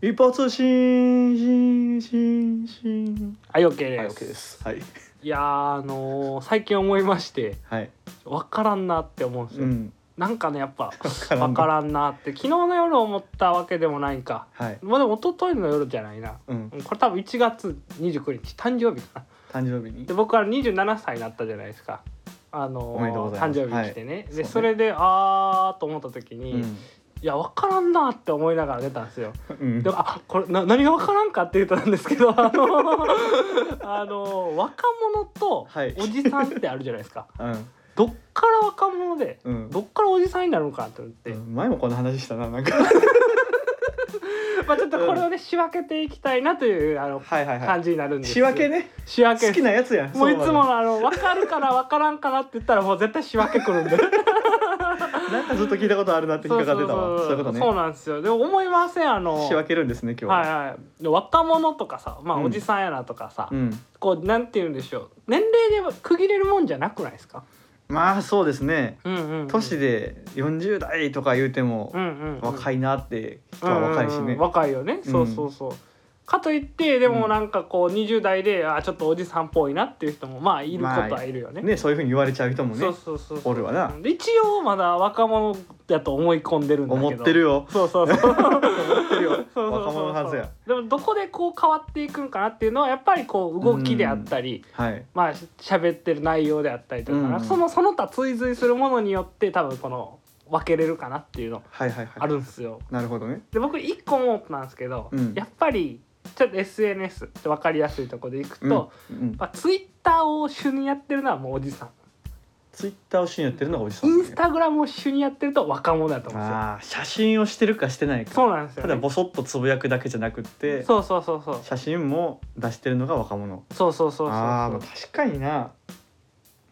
Speaker 1: 一発シーンシーンシーンシーン
Speaker 2: はい、OK です。
Speaker 1: はい OK ですはい
Speaker 2: いやー、あのー最近思いまして、
Speaker 1: はい
Speaker 2: わからんなって思うんです
Speaker 1: う
Speaker 2: よ。
Speaker 1: ん
Speaker 2: なんかね、やっぱ、
Speaker 1: わから
Speaker 2: わ
Speaker 1: ん
Speaker 2: か
Speaker 1: な
Speaker 2: らんなって、昨日の夜思ったわけでもないんか。
Speaker 1: はい
Speaker 2: まあ、でも、一昨日の夜じゃないな。
Speaker 1: うん
Speaker 2: これ多分1月29日誕生日かな
Speaker 1: 誕生日に
Speaker 2: で僕は27歳になったじゃないですかあのー
Speaker 1: おめでとうござい
Speaker 2: 誕
Speaker 1: ます
Speaker 2: 生日にしてね、
Speaker 1: い
Speaker 2: で
Speaker 1: そ
Speaker 2: そう
Speaker 1: ね
Speaker 2: れであーと思った時に、
Speaker 1: う
Speaker 2: い
Speaker 1: ん
Speaker 2: や分からんなって思いながら出たんですよ
Speaker 1: うん
Speaker 2: でもあこれな何が分からんかって言うとなんですけどあのあの若者と
Speaker 1: はい
Speaker 2: おじさんってあるじゃないで すか、
Speaker 1: うん
Speaker 2: どっから若者で
Speaker 1: うん
Speaker 2: どっからおじさんになるのかなって思って、
Speaker 1: うん前もこの話したななんかは
Speaker 2: まあ、ちょっとこれをね仕分けていきたいなというあの、
Speaker 1: い はいは
Speaker 2: 感
Speaker 1: い
Speaker 2: じになるんです
Speaker 1: 仕
Speaker 2: よ
Speaker 1: 分けね
Speaker 2: 仕分け
Speaker 1: 好きなやつやん
Speaker 2: もういつ
Speaker 1: そ
Speaker 2: ものあの分かるから分からんからって言ったらもう絶対仕分けくるんで
Speaker 1: なんかずっと聞いたことあるなって引っかかってたわそういうことね
Speaker 2: そうなんですよでも思いませんあの
Speaker 1: 仕分けるんですね今日
Speaker 2: はい
Speaker 1: は
Speaker 2: はいで若者とかさまあ
Speaker 1: うん
Speaker 2: おじさんやなとかさ、
Speaker 1: うん
Speaker 2: こうなんて言うんでしょう年齢で区切れるもんじゃなくないですか
Speaker 1: まあそうですね
Speaker 2: うんうん、うん、
Speaker 1: 年で40代とか言うても
Speaker 2: うんうんうん、
Speaker 1: 若
Speaker 2: い
Speaker 1: いなって人は若いしね
Speaker 2: 若いよねそうそうそう、かといってでもなんかこう20代であちょっとおじさんっぽいなっていう人もまあいることはいるよね,、
Speaker 1: ねそういうふうに言われちゃう人もね
Speaker 2: そうそうそうそう
Speaker 1: おるわな
Speaker 2: うんで一応まだ若者だと思い込んでるんだけど
Speaker 1: 思ってるよ
Speaker 2: そうそうそう
Speaker 1: 思ってるよ
Speaker 2: そうそうそうそう
Speaker 1: 若者のはずや
Speaker 2: でもどこでこう変わっていくんかなっていうのはやっぱりこう動きであったり、
Speaker 1: はい
Speaker 2: まあし喋ってる内容であったりとか、
Speaker 1: うん
Speaker 2: そのその他追随するものによって多分この分けれるかなっていうの
Speaker 1: はいはい
Speaker 2: あ
Speaker 1: はい
Speaker 2: るんですよ。
Speaker 1: なるほどね
Speaker 2: で僕一個思ったんですけど、
Speaker 1: うん
Speaker 2: やっぱりちょっと SNS って分かりやすいところでいくと、
Speaker 1: うん
Speaker 2: まあ、ツイッターを主にやってるのはもうおじさん
Speaker 1: ツイッターを主にやってるのがおじさ
Speaker 2: イ
Speaker 1: ん
Speaker 2: ンスタグラムを主にやってると若者だと思うんですよ。
Speaker 1: あー写真をしてるかしてないか
Speaker 2: そうなんですよ、
Speaker 1: た
Speaker 2: ね、
Speaker 1: だボソッとつぶやくだけじゃなくって
Speaker 2: そうそうそうそう
Speaker 1: 写真も出してるのが若者
Speaker 2: そうそうそうそう
Speaker 1: ああまあ確かになっ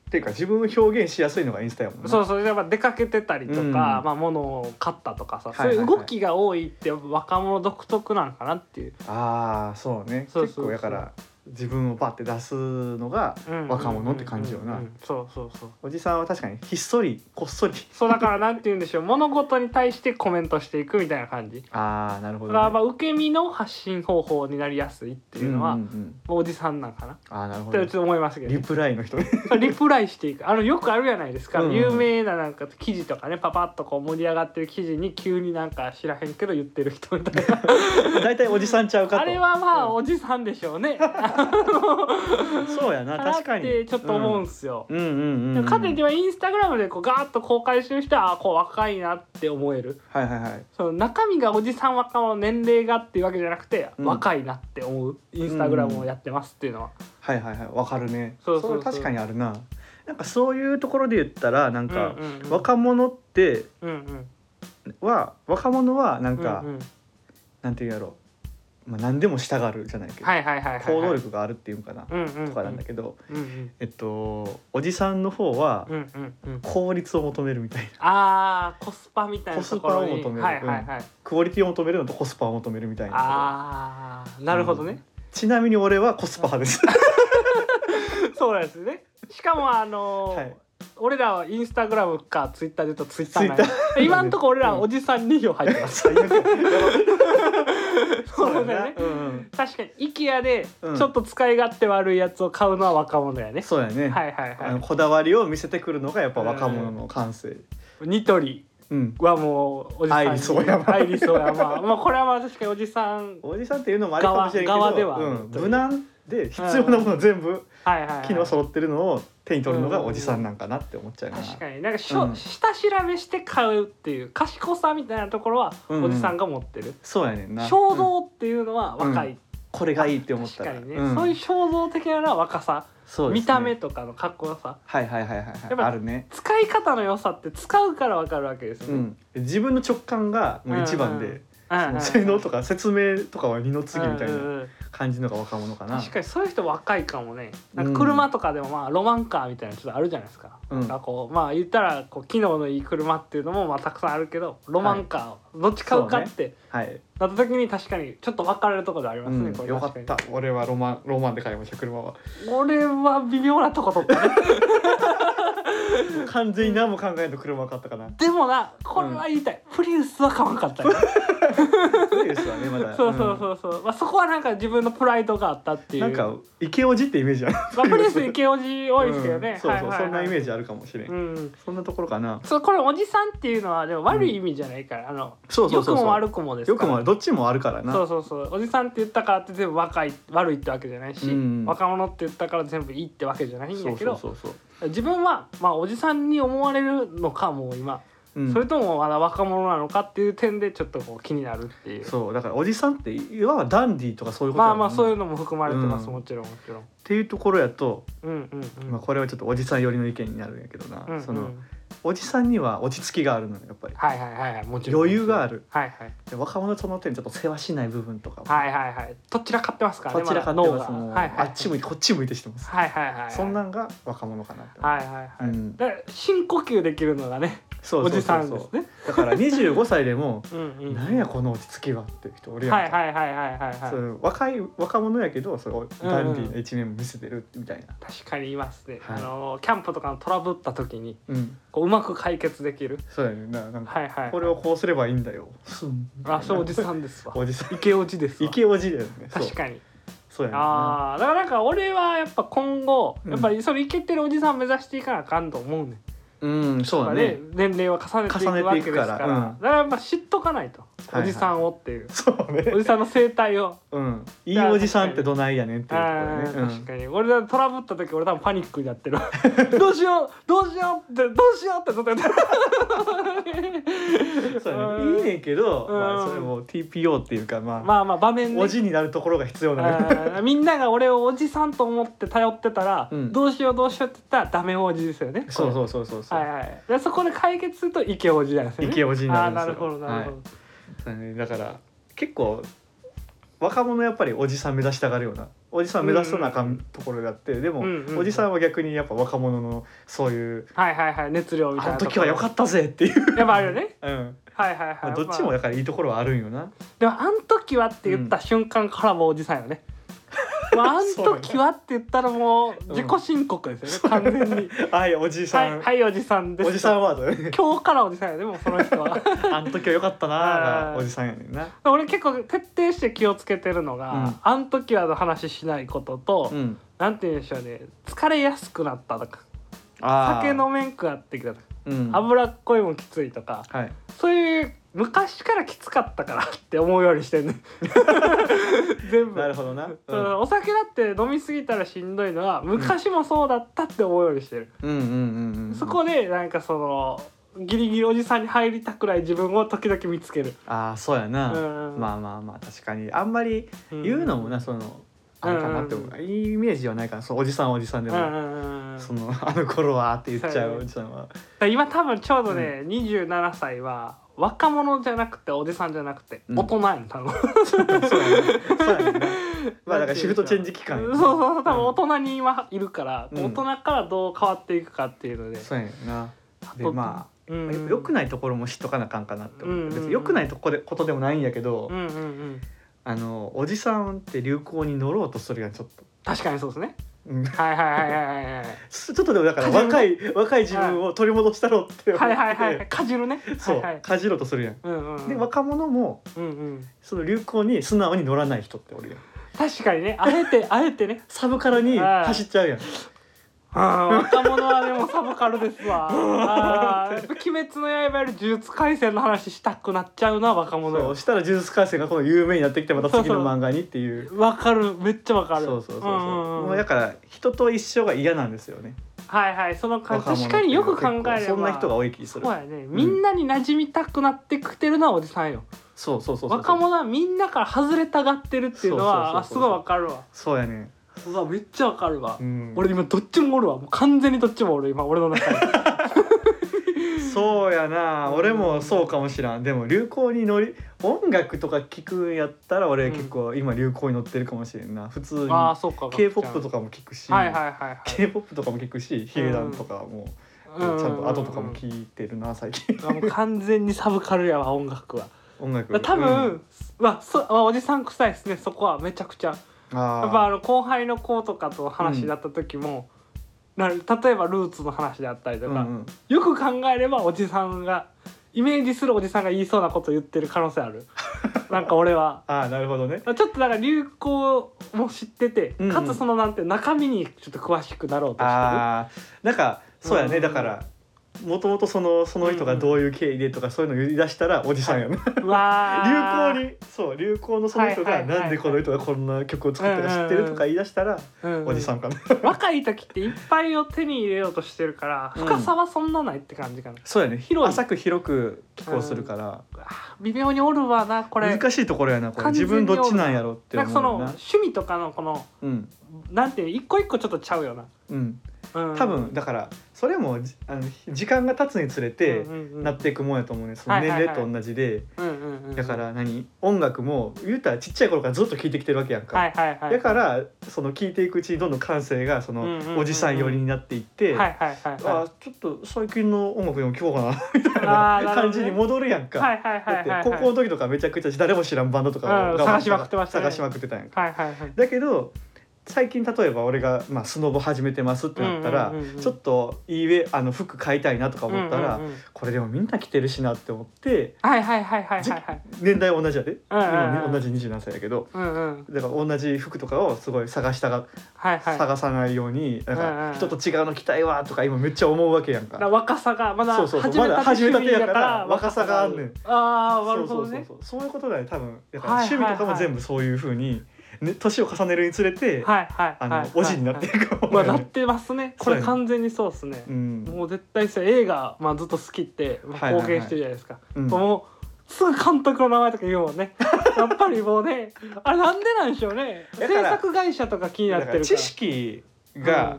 Speaker 1: ていうか自分を表現しやすいのがインスタやもんな
Speaker 2: そうそうやっぱ出かけてたりとか、
Speaker 1: うん
Speaker 2: まあ物を買ったとかさ、
Speaker 1: はいはいはい
Speaker 2: そういう動きが多いって若者独特なのかなっていう、
Speaker 1: ああそうね
Speaker 2: そうそうそう
Speaker 1: 結構だから自分をパッて出すのが
Speaker 2: うん
Speaker 1: 若者って感じよな、
Speaker 2: うんうんうんそうそうそう
Speaker 1: おじさんは確かにひっそりこっそり
Speaker 2: そうだからなんて言うんでしょう物事に対してコメントしていくみたいな感じ
Speaker 1: ああなるほ
Speaker 2: だ
Speaker 1: ど、
Speaker 2: か
Speaker 1: ね、
Speaker 2: らまあ受け身の発信方法になりやすいっていうのは、
Speaker 1: んんん
Speaker 2: おじさんなんかな
Speaker 1: ああなるほ
Speaker 2: ってちょ
Speaker 1: ど
Speaker 2: っと思いますけど
Speaker 1: リ
Speaker 2: ね
Speaker 1: プライの人 ね
Speaker 2: そうリプライしていくあのよくあるじゃないですか、
Speaker 1: うんうん
Speaker 2: 有名ななんか記事とかねパパッとこう盛り上がってる記事に急になんか知らへんけど言ってる人 みたいな
Speaker 1: 大体おじさんちゃうかと
Speaker 2: あれはまあ
Speaker 1: うん
Speaker 2: おじさんでしょうね。
Speaker 1: そうやな確か
Speaker 2: なって
Speaker 1: に
Speaker 2: ちょっと思うん
Speaker 1: ん
Speaker 2: ですよ。
Speaker 1: うんうんうん
Speaker 2: で
Speaker 1: う
Speaker 2: も
Speaker 1: ん
Speaker 2: かといってはインスタグラムでこうガーッと公開してる人はあこう若いなって思える
Speaker 1: はいはいはい
Speaker 2: その中身がおじさん若者年齢がっていうわけじゃなくて、
Speaker 1: うん
Speaker 2: 若いなって思うインスタグラムをやってますっていうのは、
Speaker 1: はいはいはいわかるね
Speaker 2: そうそうそう
Speaker 1: れ確かにあるななんかそういうところで言ったらなんか、
Speaker 2: うんうんうん
Speaker 1: 若者って
Speaker 2: うんうん、
Speaker 1: は若者はなんか、
Speaker 2: うんうん
Speaker 1: なんていうんやろう、まあ、何でも従うじゃないけど、
Speaker 2: はいはいはいはいはい
Speaker 1: 行動力があるっていうのかな、
Speaker 2: うんうんうん
Speaker 1: とかなんだけど、
Speaker 2: うんうん
Speaker 1: えっとおじさんの方は
Speaker 2: うんうんうん
Speaker 1: 効率を求めるみたいな、
Speaker 2: あーコスパみたいなところ
Speaker 1: コス
Speaker 2: に
Speaker 1: パを求める
Speaker 2: はいはいはい、
Speaker 1: クオリティを求めるのとコスパを求めるみたいな
Speaker 2: ああなるほどね、
Speaker 1: ちなみに俺はコスパ派です
Speaker 2: そうなんですね。しかもあのー
Speaker 1: はい
Speaker 2: 俺らはインスタグラムかツイッターで言うとツイッターなん
Speaker 1: Twitter
Speaker 2: や今んとこ俺らはおじさん2票入ってます。
Speaker 1: 最悪
Speaker 2: そうだね
Speaker 1: うん
Speaker 2: 確かに IKEA で
Speaker 1: うん
Speaker 2: ちょっと使い勝手悪いやつを買うのは若者やね、
Speaker 1: そうやね、
Speaker 2: はいはい
Speaker 1: あ
Speaker 2: は
Speaker 1: のこだわりを見せてくるのがやっぱ若者の感性
Speaker 2: いニトリ
Speaker 1: うん
Speaker 2: はもうおじさんに
Speaker 1: アイリスオーヤマ
Speaker 2: アイリスオーヤマ まあこれはまあ確かにおじさん
Speaker 1: おじさんっていうのもありかもしれんけど
Speaker 2: 側側では
Speaker 1: うん、無難で必要なもの全部
Speaker 2: はいはい、はい、
Speaker 1: 機能揃ってるのを手に取るのがおじさんなんかなって思っちゃうな
Speaker 2: 確かになんかしょ、
Speaker 1: うん
Speaker 2: 下調べして買うっていう賢さみたいなところは
Speaker 1: うん
Speaker 2: おじさんが持ってる、
Speaker 1: そうやねんな
Speaker 2: 衝
Speaker 1: うん
Speaker 2: 動っていうのは若い、
Speaker 1: うんこれがいいって思っ
Speaker 2: 確
Speaker 1: た
Speaker 2: からにね、
Speaker 1: うん
Speaker 2: そういう衝動的なのは若さ、
Speaker 1: そうですね
Speaker 2: 見た目とかのかっこよさ
Speaker 1: はいはいはいはい
Speaker 2: やっ
Speaker 1: はい
Speaker 2: ぱ
Speaker 1: あるね
Speaker 2: 使い方の良さって使うから分かるわけですよ
Speaker 1: う
Speaker 2: ね、
Speaker 1: ん自分の直感がもう一番
Speaker 2: うんうん
Speaker 1: で
Speaker 2: う
Speaker 1: そ
Speaker 2: んうんう
Speaker 1: の
Speaker 2: ん
Speaker 1: 性能とか説明とかは二の次みたい
Speaker 2: うんう
Speaker 1: なん
Speaker 2: うん
Speaker 1: 感じのが若者かな
Speaker 2: 確かにそういう人若いかもねなんか車とかでもまあロマンカーみたいなのちょっとあるじゃないですか,、
Speaker 1: うん
Speaker 2: なんかこうまあ言ったらこう機能のいい車っていうのもまあたくさんあるけどロマンカーをどっち買うかって
Speaker 1: はい
Speaker 2: なった時に確かにちょっと分かれるところでありま
Speaker 1: う
Speaker 2: すね、
Speaker 1: ん
Speaker 2: これ
Speaker 1: よかった俺はロマンロマンで買いました車は
Speaker 2: 俺は微妙なとこ取ったね
Speaker 1: 完全に何も考えんと車を買ったかな
Speaker 2: でもなこれは言いたい、プリウスは買わんかったよ
Speaker 1: そうですわねまだ
Speaker 2: そうそうそうそう、まあ、そこはなんか自分のプライドがあったっ
Speaker 1: う
Speaker 2: てい
Speaker 1: ん
Speaker 2: う
Speaker 1: なんかイケオジってイメージある
Speaker 2: まあ、プリウスイケオジ多いですけどね、
Speaker 1: うんそうそうそんなイメー
Speaker 2: ジ
Speaker 1: ジあるかもしれん
Speaker 2: うん
Speaker 1: そんなところかな
Speaker 2: そうこれおじさんっていうのはでも悪い意味じゃないから、あの
Speaker 1: そうそうそうそう
Speaker 2: 良くも悪くもです
Speaker 1: よ
Speaker 2: か
Speaker 1: く
Speaker 2: ら
Speaker 1: もどっちもあるからな
Speaker 2: そうそうそうおじさんって言ったからって全部若い悪いってわけじゃないし、
Speaker 1: うん
Speaker 2: 若者って言ったから全部いいってわけじゃないん
Speaker 1: そ
Speaker 2: や
Speaker 1: う
Speaker 2: け
Speaker 1: そ
Speaker 2: ど
Speaker 1: うそうそう
Speaker 2: 自分はまあおじさんに思われるのかもう今、
Speaker 1: うん
Speaker 2: それともまだ若者なのかっていう点でちょっとこう気になるっていう
Speaker 1: そうだからおじさんっていわばダンディーとかそういうこと
Speaker 2: ま
Speaker 1: や
Speaker 2: あ
Speaker 1: もんな
Speaker 2: まあそういうのも含まれてます、
Speaker 1: うん
Speaker 2: もちろんもちろん
Speaker 1: っていうところやと、
Speaker 2: うんうんうん、
Speaker 1: まあ、これはちょっとおじさん寄りの意見になるんやけどな、
Speaker 2: うんうん
Speaker 1: そのおじさんには落ち着きがあるのよやっぱり
Speaker 2: はいはいはいはいもちろん
Speaker 1: 余裕がある
Speaker 2: はいはい
Speaker 1: で若者その点ちょっと世話しない部分とかも、
Speaker 2: はいはいはいどちら買ってますからね
Speaker 1: こちらかって
Speaker 2: まだ脳
Speaker 1: は
Speaker 2: が
Speaker 1: その、
Speaker 2: はいはいはい
Speaker 1: あっち向いてこっち向いてしてます、
Speaker 2: はいはいはい
Speaker 1: そんなんが若者かなって、
Speaker 2: はいはいはい、
Speaker 1: うん
Speaker 2: だから深呼吸できるのがね
Speaker 1: そう
Speaker 2: お
Speaker 1: そうそう
Speaker 2: じ
Speaker 1: そう
Speaker 2: さんですね
Speaker 1: だから25歳でも
Speaker 2: うんうん
Speaker 1: なんやこの落ち着きはっていう人俺やん
Speaker 2: はい
Speaker 1: か
Speaker 2: はいはいはいはいはい
Speaker 1: そう若い若者やけどそのダンディーな一面も見せてるみたいな、
Speaker 2: 確かにいますね、
Speaker 1: はい
Speaker 2: あのキャンプとかのトラブった時に
Speaker 1: うん
Speaker 2: こううまく解決できる
Speaker 1: そうやねんななんか
Speaker 2: はいはい
Speaker 1: これをこうすればいいんだよ。
Speaker 2: あそうおじさんですわ
Speaker 1: おじさん。
Speaker 2: イケオジですわ
Speaker 1: イケおじだよね。
Speaker 2: 確かに
Speaker 1: そう。そうやねんな。
Speaker 2: ああだからなんか俺はやっぱ今後
Speaker 1: うん
Speaker 2: やっぱりそのイケてるおじさん目指していかなあかんと思うねん
Speaker 1: うん、そう
Speaker 2: や
Speaker 1: だ
Speaker 2: っぱ
Speaker 1: ね
Speaker 2: ね。年齢は重ねていくわけ
Speaker 1: 重ね
Speaker 2: ですから
Speaker 1: ていくからうん
Speaker 2: だからやっぱ知っとかないと
Speaker 1: いは
Speaker 2: お
Speaker 1: い
Speaker 2: じさんをっていう、
Speaker 1: そう
Speaker 2: お
Speaker 1: ね。
Speaker 2: じさんの生態を
Speaker 1: うん。いいおじさんってどないやねんっていうとこ
Speaker 2: あー
Speaker 1: ろね。
Speaker 2: 確かに俺だトラブった時俺多分パニックになってる どうしようどうしようってどうしようってずっとやって
Speaker 1: うん。
Speaker 2: る
Speaker 1: そうやね。いいねんけど、
Speaker 2: うん
Speaker 1: まあそれも TPO っていうかまあ
Speaker 2: まあまあ場面ね
Speaker 1: おじになるところが必要
Speaker 2: あ
Speaker 1: なね。
Speaker 2: ーみんなが俺をおじさんと思って頼ってたら、
Speaker 1: うん
Speaker 2: どうしようどうしようって言ったらダメおじですよね
Speaker 1: そう
Speaker 2: う
Speaker 1: そうそうそうそう
Speaker 2: はい。はいでそこで解決するとイケおじなんですよね
Speaker 1: イケおじになるんですよ
Speaker 2: あーなるほどなるほど、
Speaker 1: そうやねだから結構若者やっぱりおじさん目指したがるようなおじさん目指すとなあかんところであって、でも、
Speaker 2: うんうん
Speaker 1: おじさんは逆にやっぱ若者のそういう
Speaker 2: はい、はいはい熱量みた
Speaker 1: あ
Speaker 2: い
Speaker 1: の
Speaker 2: な
Speaker 1: 時は良かったぜっていう、
Speaker 2: たやっぱあるよね
Speaker 1: うん
Speaker 2: はいはいはい、
Speaker 1: まあ、どっち
Speaker 2: ま
Speaker 1: も
Speaker 2: あ
Speaker 1: だからいいところはあるんよな、
Speaker 2: でも「あん時は」って言った瞬間からもうおじさん よね。もうあん時はって言ったらもう自己申告ですよね、完全に。
Speaker 1: はいおじさ
Speaker 2: は
Speaker 1: ん、
Speaker 2: い、はい、おじさんです。
Speaker 1: おじさんワード ね
Speaker 2: 今日からおじさんやね、もうその 人は。
Speaker 1: あの時は良かったなあ
Speaker 2: あ
Speaker 1: が
Speaker 2: ー
Speaker 1: おじさんやねんな
Speaker 2: 俺結構徹底して気をつけてるのが、
Speaker 1: うん
Speaker 2: あん時はの話しないことと、
Speaker 1: ん
Speaker 2: なんて言うんでしょうね、疲れやすくなったとか、
Speaker 1: あ
Speaker 2: 酒
Speaker 1: ー
Speaker 2: 飲めんくなってきたとか、
Speaker 1: うんは
Speaker 2: 脂っこいもんきついとか、
Speaker 1: い
Speaker 2: そういう昔からきつかったからって思うようにし てんね。全部
Speaker 1: な。るほどな、うん、
Speaker 2: そのお酒だって飲みすぎたらしんどいのは昔もそうだったって思うようにしてる、
Speaker 1: うんうんうんうん
Speaker 2: そこでなんかそのギリギリおじさんに入りたくない自分を時々見つける、
Speaker 1: ああそうや
Speaker 2: う
Speaker 1: な、
Speaker 2: ん
Speaker 1: まあまあまあ確かにあんまり言うのもな、そのあれかなって思う、いいイメージはないからそのおじさんはおじさん
Speaker 2: う
Speaker 1: で
Speaker 2: ん
Speaker 1: も、
Speaker 2: うんうんうん
Speaker 1: そのあの頃はって言っちゃ
Speaker 2: そ
Speaker 1: う
Speaker 2: うやね
Speaker 1: おじさんは
Speaker 2: 今多分ちょうどね、27歳は若者じゃなくておじさんじゃなくて
Speaker 1: うん
Speaker 2: 大人やん多分、
Speaker 1: そうやねそうやね まあだからシフトチェンジ期間や
Speaker 2: そ
Speaker 1: ね
Speaker 2: うそうそう多分大人に今いるから、
Speaker 1: うん
Speaker 2: 大人からどう変わっていくかっていうので、
Speaker 1: そうやねんな
Speaker 2: あ
Speaker 1: で
Speaker 2: と
Speaker 1: ま
Speaker 2: うん
Speaker 1: あ
Speaker 2: うん
Speaker 1: 良くないところも知っとかなあかんかなって
Speaker 2: うんうん
Speaker 1: 思
Speaker 2: う
Speaker 1: っ
Speaker 2: ん
Speaker 1: て別に良くないとこでことでもないんやけど
Speaker 2: うんうんうん
Speaker 1: あのおじさんって流行に乗ろうとするやんちょっと
Speaker 2: 確かにそうですね
Speaker 1: うん
Speaker 2: はいはいはいはいはいはい
Speaker 1: ちょっとでもだから若い若い自分を取り戻したろって思って、
Speaker 2: はいはいはいかじるね
Speaker 1: そう、
Speaker 2: はいはい
Speaker 1: かじろうとするやん。
Speaker 2: うんうんうん
Speaker 1: で若者も
Speaker 2: うんうん
Speaker 1: その流行に素直に乗らない人っておるやん。
Speaker 2: 確かにねあえてあえてね
Speaker 1: サブカルに
Speaker 2: はい
Speaker 1: 走っちゃうやん。
Speaker 2: あー若者はでもサブカルで すわ。あー鬼滅の刃より呪術廻戦の話したくなっちゃうな若
Speaker 1: そ
Speaker 2: 者
Speaker 1: う
Speaker 2: よ。
Speaker 1: したら呪術廻戦がこの有名になってきてまた次の漫画にっていう。
Speaker 2: わかるめっちゃわか
Speaker 1: そう
Speaker 2: る。
Speaker 1: そうそうそう。
Speaker 2: んん
Speaker 1: も
Speaker 2: う
Speaker 1: うんだから人と一緒が嫌なんですよね。
Speaker 2: はいはいその感
Speaker 1: 若者
Speaker 2: 確かによく考えれば
Speaker 1: 結構そんな人が多い気す
Speaker 2: そう
Speaker 1: る。
Speaker 2: やねみんなに馴染みたくなってきてるのはおじさんよ。
Speaker 1: そうそうそうそう。
Speaker 2: 若者はみんなから外れたがってるっていうのはあ
Speaker 1: そ
Speaker 2: す
Speaker 1: うそうそうそう
Speaker 2: ごいわかるわ。
Speaker 1: そうやね。
Speaker 2: うわめっちゃわかるわ
Speaker 1: う。ん。
Speaker 2: 俺今どっちもおるわもう完全にどっちもおる今俺の中で。
Speaker 1: そうやな俺もそうかもしらんでも流行に乗り音楽とか聞くんやったら俺
Speaker 2: うん
Speaker 1: 結構今流行に乗ってるかもしれんな普通に
Speaker 2: ああそうか。
Speaker 1: k p o p とかも聞くし、
Speaker 2: はいはいはいはい。
Speaker 1: k p o p とかも聞くしヒゲダンとかもちゃんと後とかも
Speaker 2: い
Speaker 1: 聞いてるな最近
Speaker 2: もう完全にサブカルやわ音楽は
Speaker 1: 音楽
Speaker 2: 多分、
Speaker 1: うん
Speaker 2: まあそまあおじさん臭いですねそこはめちゃくちゃやっぱあ
Speaker 1: あ
Speaker 2: の後輩の子とかと話になった時も、なる例えばルーツの話であったり
Speaker 1: ー
Speaker 2: と
Speaker 1: う
Speaker 2: か、
Speaker 1: んうん
Speaker 2: よく考えればおじさんがイメージするおじさんが言いそうなこと言ってる可能性ある なんか俺は。
Speaker 1: あーなるほどね
Speaker 2: ちょっとなんか流行も知ってて、
Speaker 1: うんうん
Speaker 2: かつそのなんて中身にちょっと詳しくなろうとして
Speaker 1: あーなんかそうやね、
Speaker 2: うん
Speaker 1: だからもともとそのその人がどういう経緯でとかそういうの言い出したらおじさんやね、
Speaker 2: る。うわ
Speaker 1: 流
Speaker 2: ー
Speaker 1: 行にそう流行のその人
Speaker 2: は
Speaker 1: が
Speaker 2: いはいはいはい
Speaker 1: なんでこの人がこんな曲を作ったか知ってるとか言い出したら
Speaker 2: うんうん
Speaker 1: おじさんかな
Speaker 2: 若い時っていっぱいを手に入れようとしてるから
Speaker 1: うん
Speaker 2: 深さはそんなないって感じかな、
Speaker 1: そうやね
Speaker 2: 広い
Speaker 1: 浅く広く寄稿するから
Speaker 2: 微妙におるわなこれ
Speaker 1: 難しいところやなこれ
Speaker 2: 完全
Speaker 1: 自
Speaker 2: に
Speaker 1: 分どっちなんやろって
Speaker 2: なん
Speaker 1: 思
Speaker 2: か
Speaker 1: う
Speaker 2: その
Speaker 1: よな
Speaker 2: 趣味とかのこの
Speaker 1: うん
Speaker 2: なんていう一個一個ちょっとちゃうよな、
Speaker 1: うん
Speaker 2: うん、
Speaker 1: 多分だからそれもじあの時間が経つにつれて
Speaker 2: うんうんうん
Speaker 1: なっていくもんやと思うねその年齢と同じで
Speaker 2: うんうんうん
Speaker 1: だから何音楽も言うたらちっちゃい頃からずっと聴いてきてるわけやんか、
Speaker 2: はいはいはい
Speaker 1: だからその聴いていくうちにどんどん感性がそ
Speaker 2: うんうんうんう
Speaker 1: の
Speaker 2: ん
Speaker 1: おじさん寄りになっていって、
Speaker 2: はいはいはいはい
Speaker 1: あちょっと最近の音楽でも聴こうか
Speaker 2: あー
Speaker 1: な
Speaker 2: なるほ
Speaker 1: 感
Speaker 2: ど
Speaker 1: じに
Speaker 2: ね
Speaker 1: 戻るやんか、
Speaker 2: はいはいはいはい
Speaker 1: だっ
Speaker 2: はい
Speaker 1: て高校の時とかめちゃくちゃ誰も知らんバンドとか
Speaker 2: うん
Speaker 1: が
Speaker 2: 探しまくってましたね
Speaker 1: 探しまくってたやんか、
Speaker 2: はいはいはい
Speaker 1: だけど最近例えば俺が、まあ、スノボ始めてますってなったら、
Speaker 2: うんうんうんうん
Speaker 1: ちょっといい上あの服買いたいなとか思ったら、
Speaker 2: うんうんうん
Speaker 1: これでもみんな着てるしなって思って
Speaker 2: はいはいはいはいはいはい
Speaker 1: 年代は同じやで、
Speaker 2: うんうんうん
Speaker 1: 今同じ27歳やけど
Speaker 2: うんうん
Speaker 1: だから同じ服とかをすごい探したが、
Speaker 2: はいはいだか
Speaker 1: 探さないようになん
Speaker 2: うんう
Speaker 1: か
Speaker 2: ん。
Speaker 1: 人と違うの着たいわとか今めっちゃ思うわけやんから
Speaker 2: 若さがまだ
Speaker 1: そうそうそう
Speaker 2: 始めた
Speaker 1: まだ始めたてやから
Speaker 2: 趣味
Speaker 1: 若さがあんねん
Speaker 2: ああなるほ
Speaker 1: そうそ
Speaker 2: どね
Speaker 1: うそうそうそういうことだよ多分だから
Speaker 2: はいはい
Speaker 1: 趣
Speaker 2: はい
Speaker 1: 味とかも全部そういうふうに、ね、年を重ねるにつれて、
Speaker 2: はいはい
Speaker 1: あ
Speaker 2: はい
Speaker 1: の、
Speaker 2: はい
Speaker 1: おじになっていくかも
Speaker 2: まあ、
Speaker 1: ね
Speaker 2: なってますね。これ
Speaker 1: そうやね
Speaker 2: 完全にそうですね
Speaker 1: う。ん、
Speaker 2: もう絶対そう映画、まあ、ずっと好きって、ま
Speaker 1: は
Speaker 2: あ
Speaker 1: いはいはい
Speaker 2: 貢献してるじゃないですか。
Speaker 1: うん
Speaker 2: もうすぐ監督の名前とか言うもん ね。やっぱりもうね、あれなんでなんでしょうね。
Speaker 1: だ
Speaker 2: 制
Speaker 1: から
Speaker 2: 作会社とか気になっ
Speaker 1: だか
Speaker 2: てる
Speaker 1: ら
Speaker 2: か
Speaker 1: 知
Speaker 2: ら。
Speaker 1: 識が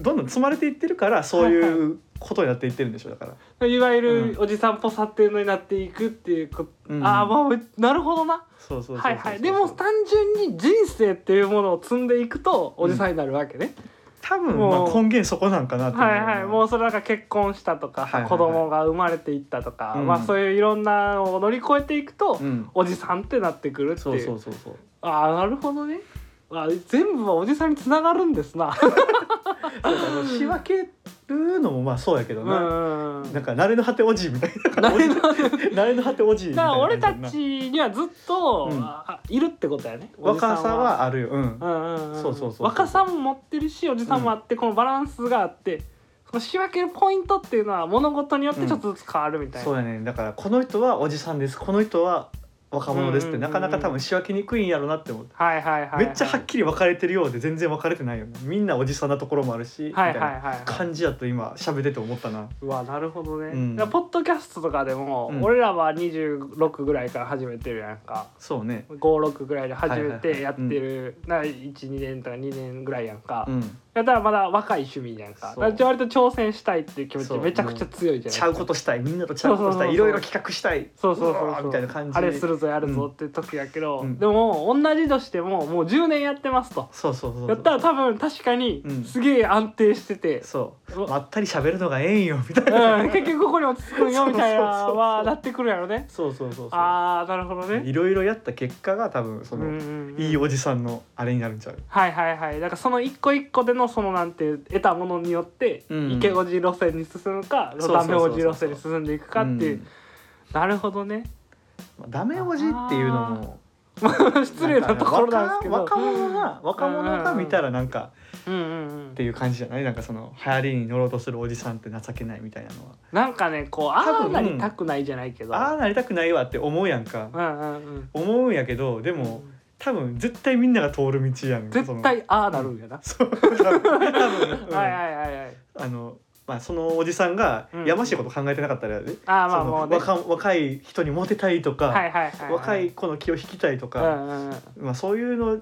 Speaker 1: どんどん積まれていってるからそういうことになっていってるんでしょだから、
Speaker 2: いわゆる
Speaker 1: う
Speaker 2: おじさんっぽさっていうのになっていくっていうこと。
Speaker 1: うん
Speaker 2: ああ、まあ、なるほどな。
Speaker 1: そうそうそうそう
Speaker 2: はいはい。でも単純に人生っていうものを積んでいくと、おじさんになるわけね。
Speaker 1: 多分
Speaker 2: も
Speaker 1: ま
Speaker 2: う
Speaker 1: あ根源そこなんかなって思う
Speaker 2: は
Speaker 1: ない
Speaker 2: はい、もうそれなんか結婚したとか、
Speaker 1: はいはいはい
Speaker 2: 子供が生まれていったとか、
Speaker 1: うん
Speaker 2: まあそういういろんなのを乗り越えていくと、
Speaker 1: うん、
Speaker 2: おじさんってなってくるっていう
Speaker 1: そうそうそうそう
Speaker 2: ああなるほどねあ全部はおじさんにつながるんですな
Speaker 1: あの仕分けるのも まあそうやけ
Speaker 2: う
Speaker 1: どな、
Speaker 2: ん
Speaker 1: なんか慣れの果ておじみたいな
Speaker 2: なるほど
Speaker 1: 慣れの果ておじみ
Speaker 2: だ
Speaker 1: た
Speaker 2: か
Speaker 1: いな
Speaker 2: ら俺た
Speaker 1: 感じやんな
Speaker 2: ちにはずっと、
Speaker 1: うん
Speaker 2: あいるってことやねおじん
Speaker 1: 若さはあるようん
Speaker 2: うんうんうん
Speaker 1: そうそうそうそう
Speaker 2: 若さも持ってるしおじさんもあって、このバランスがあってこの仕分けるポイントっていうのは物事によってちょっとずつ変わるみたいな、
Speaker 1: そうやねだからこの人はおじさんですこの人は若者ですっ
Speaker 2: うんう
Speaker 1: て
Speaker 2: んうんう
Speaker 1: なんかなか多分仕分けにくいんやろなって思って、
Speaker 2: はいはいはい、は
Speaker 1: め
Speaker 2: い、
Speaker 1: っちゃはっきり分かれてるようで全然分かれてないよねみんなおじさんなところもあるし、
Speaker 2: はい
Speaker 1: みた
Speaker 2: はい
Speaker 1: い
Speaker 2: はい
Speaker 1: な
Speaker 2: はい
Speaker 1: 感じやと今喋ってて思ったな
Speaker 2: うわなるほどね、
Speaker 1: うん
Speaker 2: だからポッドキャストとかでも、
Speaker 1: うん
Speaker 2: 俺らは26ぐらいから始めてるやんか
Speaker 1: そうね
Speaker 2: 56ぐらいで始め
Speaker 1: はい
Speaker 2: て
Speaker 1: はい
Speaker 2: や
Speaker 1: は
Speaker 2: っ
Speaker 1: い
Speaker 2: てる、なんか12年とか2年ぐらいやんか、
Speaker 1: う
Speaker 2: だ
Speaker 1: ん
Speaker 2: からまだ若い趣味やんか
Speaker 1: そう
Speaker 2: だから割と挑戦したいっていう気持ち
Speaker 1: そう
Speaker 2: めちゃくちゃ強いじゃないです
Speaker 1: ち
Speaker 2: か
Speaker 1: ゃうことしたいみんなとちゃうことしたい
Speaker 2: そうそうそうそう
Speaker 1: いろいろ企画したい
Speaker 2: そうそうそう
Speaker 1: わ
Speaker 2: そ
Speaker 1: ー
Speaker 2: う
Speaker 1: みたいな感じ
Speaker 2: あれするぞやるぞって時やけど、
Speaker 1: うん
Speaker 2: でも同じとしてももう10年やってますと。
Speaker 1: そうそうそう
Speaker 2: やったら多分確かに
Speaker 1: うん
Speaker 2: すげえ安定してて、
Speaker 1: そう
Speaker 2: う
Speaker 1: まったり喋るのがええんよみたいな、
Speaker 2: うん、結局ここに落ち着くんよみたいな
Speaker 1: そうそうそうそう
Speaker 2: はなってくるやろね
Speaker 1: そうそうそうそ
Speaker 2: あーなるほど
Speaker 1: う
Speaker 2: ね
Speaker 1: いろいろやった結果が多分その、
Speaker 2: うんうんうん
Speaker 1: いいおじさんのあれになるんちゃう
Speaker 2: はいはいはいだからその一個一個でのそのなんて得たものによって
Speaker 1: うん
Speaker 2: 池おじ路線に進むか
Speaker 1: そうそうそう
Speaker 2: ダ
Speaker 1: そう
Speaker 2: メおじ路線に進んでいくかっていううんなるほどね
Speaker 1: まあダメおじっていうのも
Speaker 2: 失礼なところなんですけど
Speaker 1: 若者が若者が見たらなんか
Speaker 2: うんうんうん
Speaker 1: っていう感じじゃないなんかその流行りに乗ろうとするおじさんって情けないみたいなのは
Speaker 2: なんかねこうあ
Speaker 1: 多
Speaker 2: あ
Speaker 1: 分
Speaker 2: なりたくないじゃないけど
Speaker 1: ああなりたくないわって思うやんか
Speaker 2: うんうんうん
Speaker 1: 思うんやけどでも多分絶対みんなが通る道やん
Speaker 2: 絶対ああなるんやな、
Speaker 1: そのそう多分多分、うん
Speaker 2: はいはいはいはい
Speaker 1: あのまあそのおじさんが
Speaker 2: うん
Speaker 1: やましいこと考えてなかったらやで
Speaker 2: ああ
Speaker 1: そ
Speaker 2: まあも
Speaker 1: の
Speaker 2: うね
Speaker 1: 若若い人にモテたいとか、
Speaker 2: はいはいはい、はい、
Speaker 1: 若い子の気を引きたいと
Speaker 2: う
Speaker 1: か、
Speaker 2: んうんうん
Speaker 1: まあ、そういうのい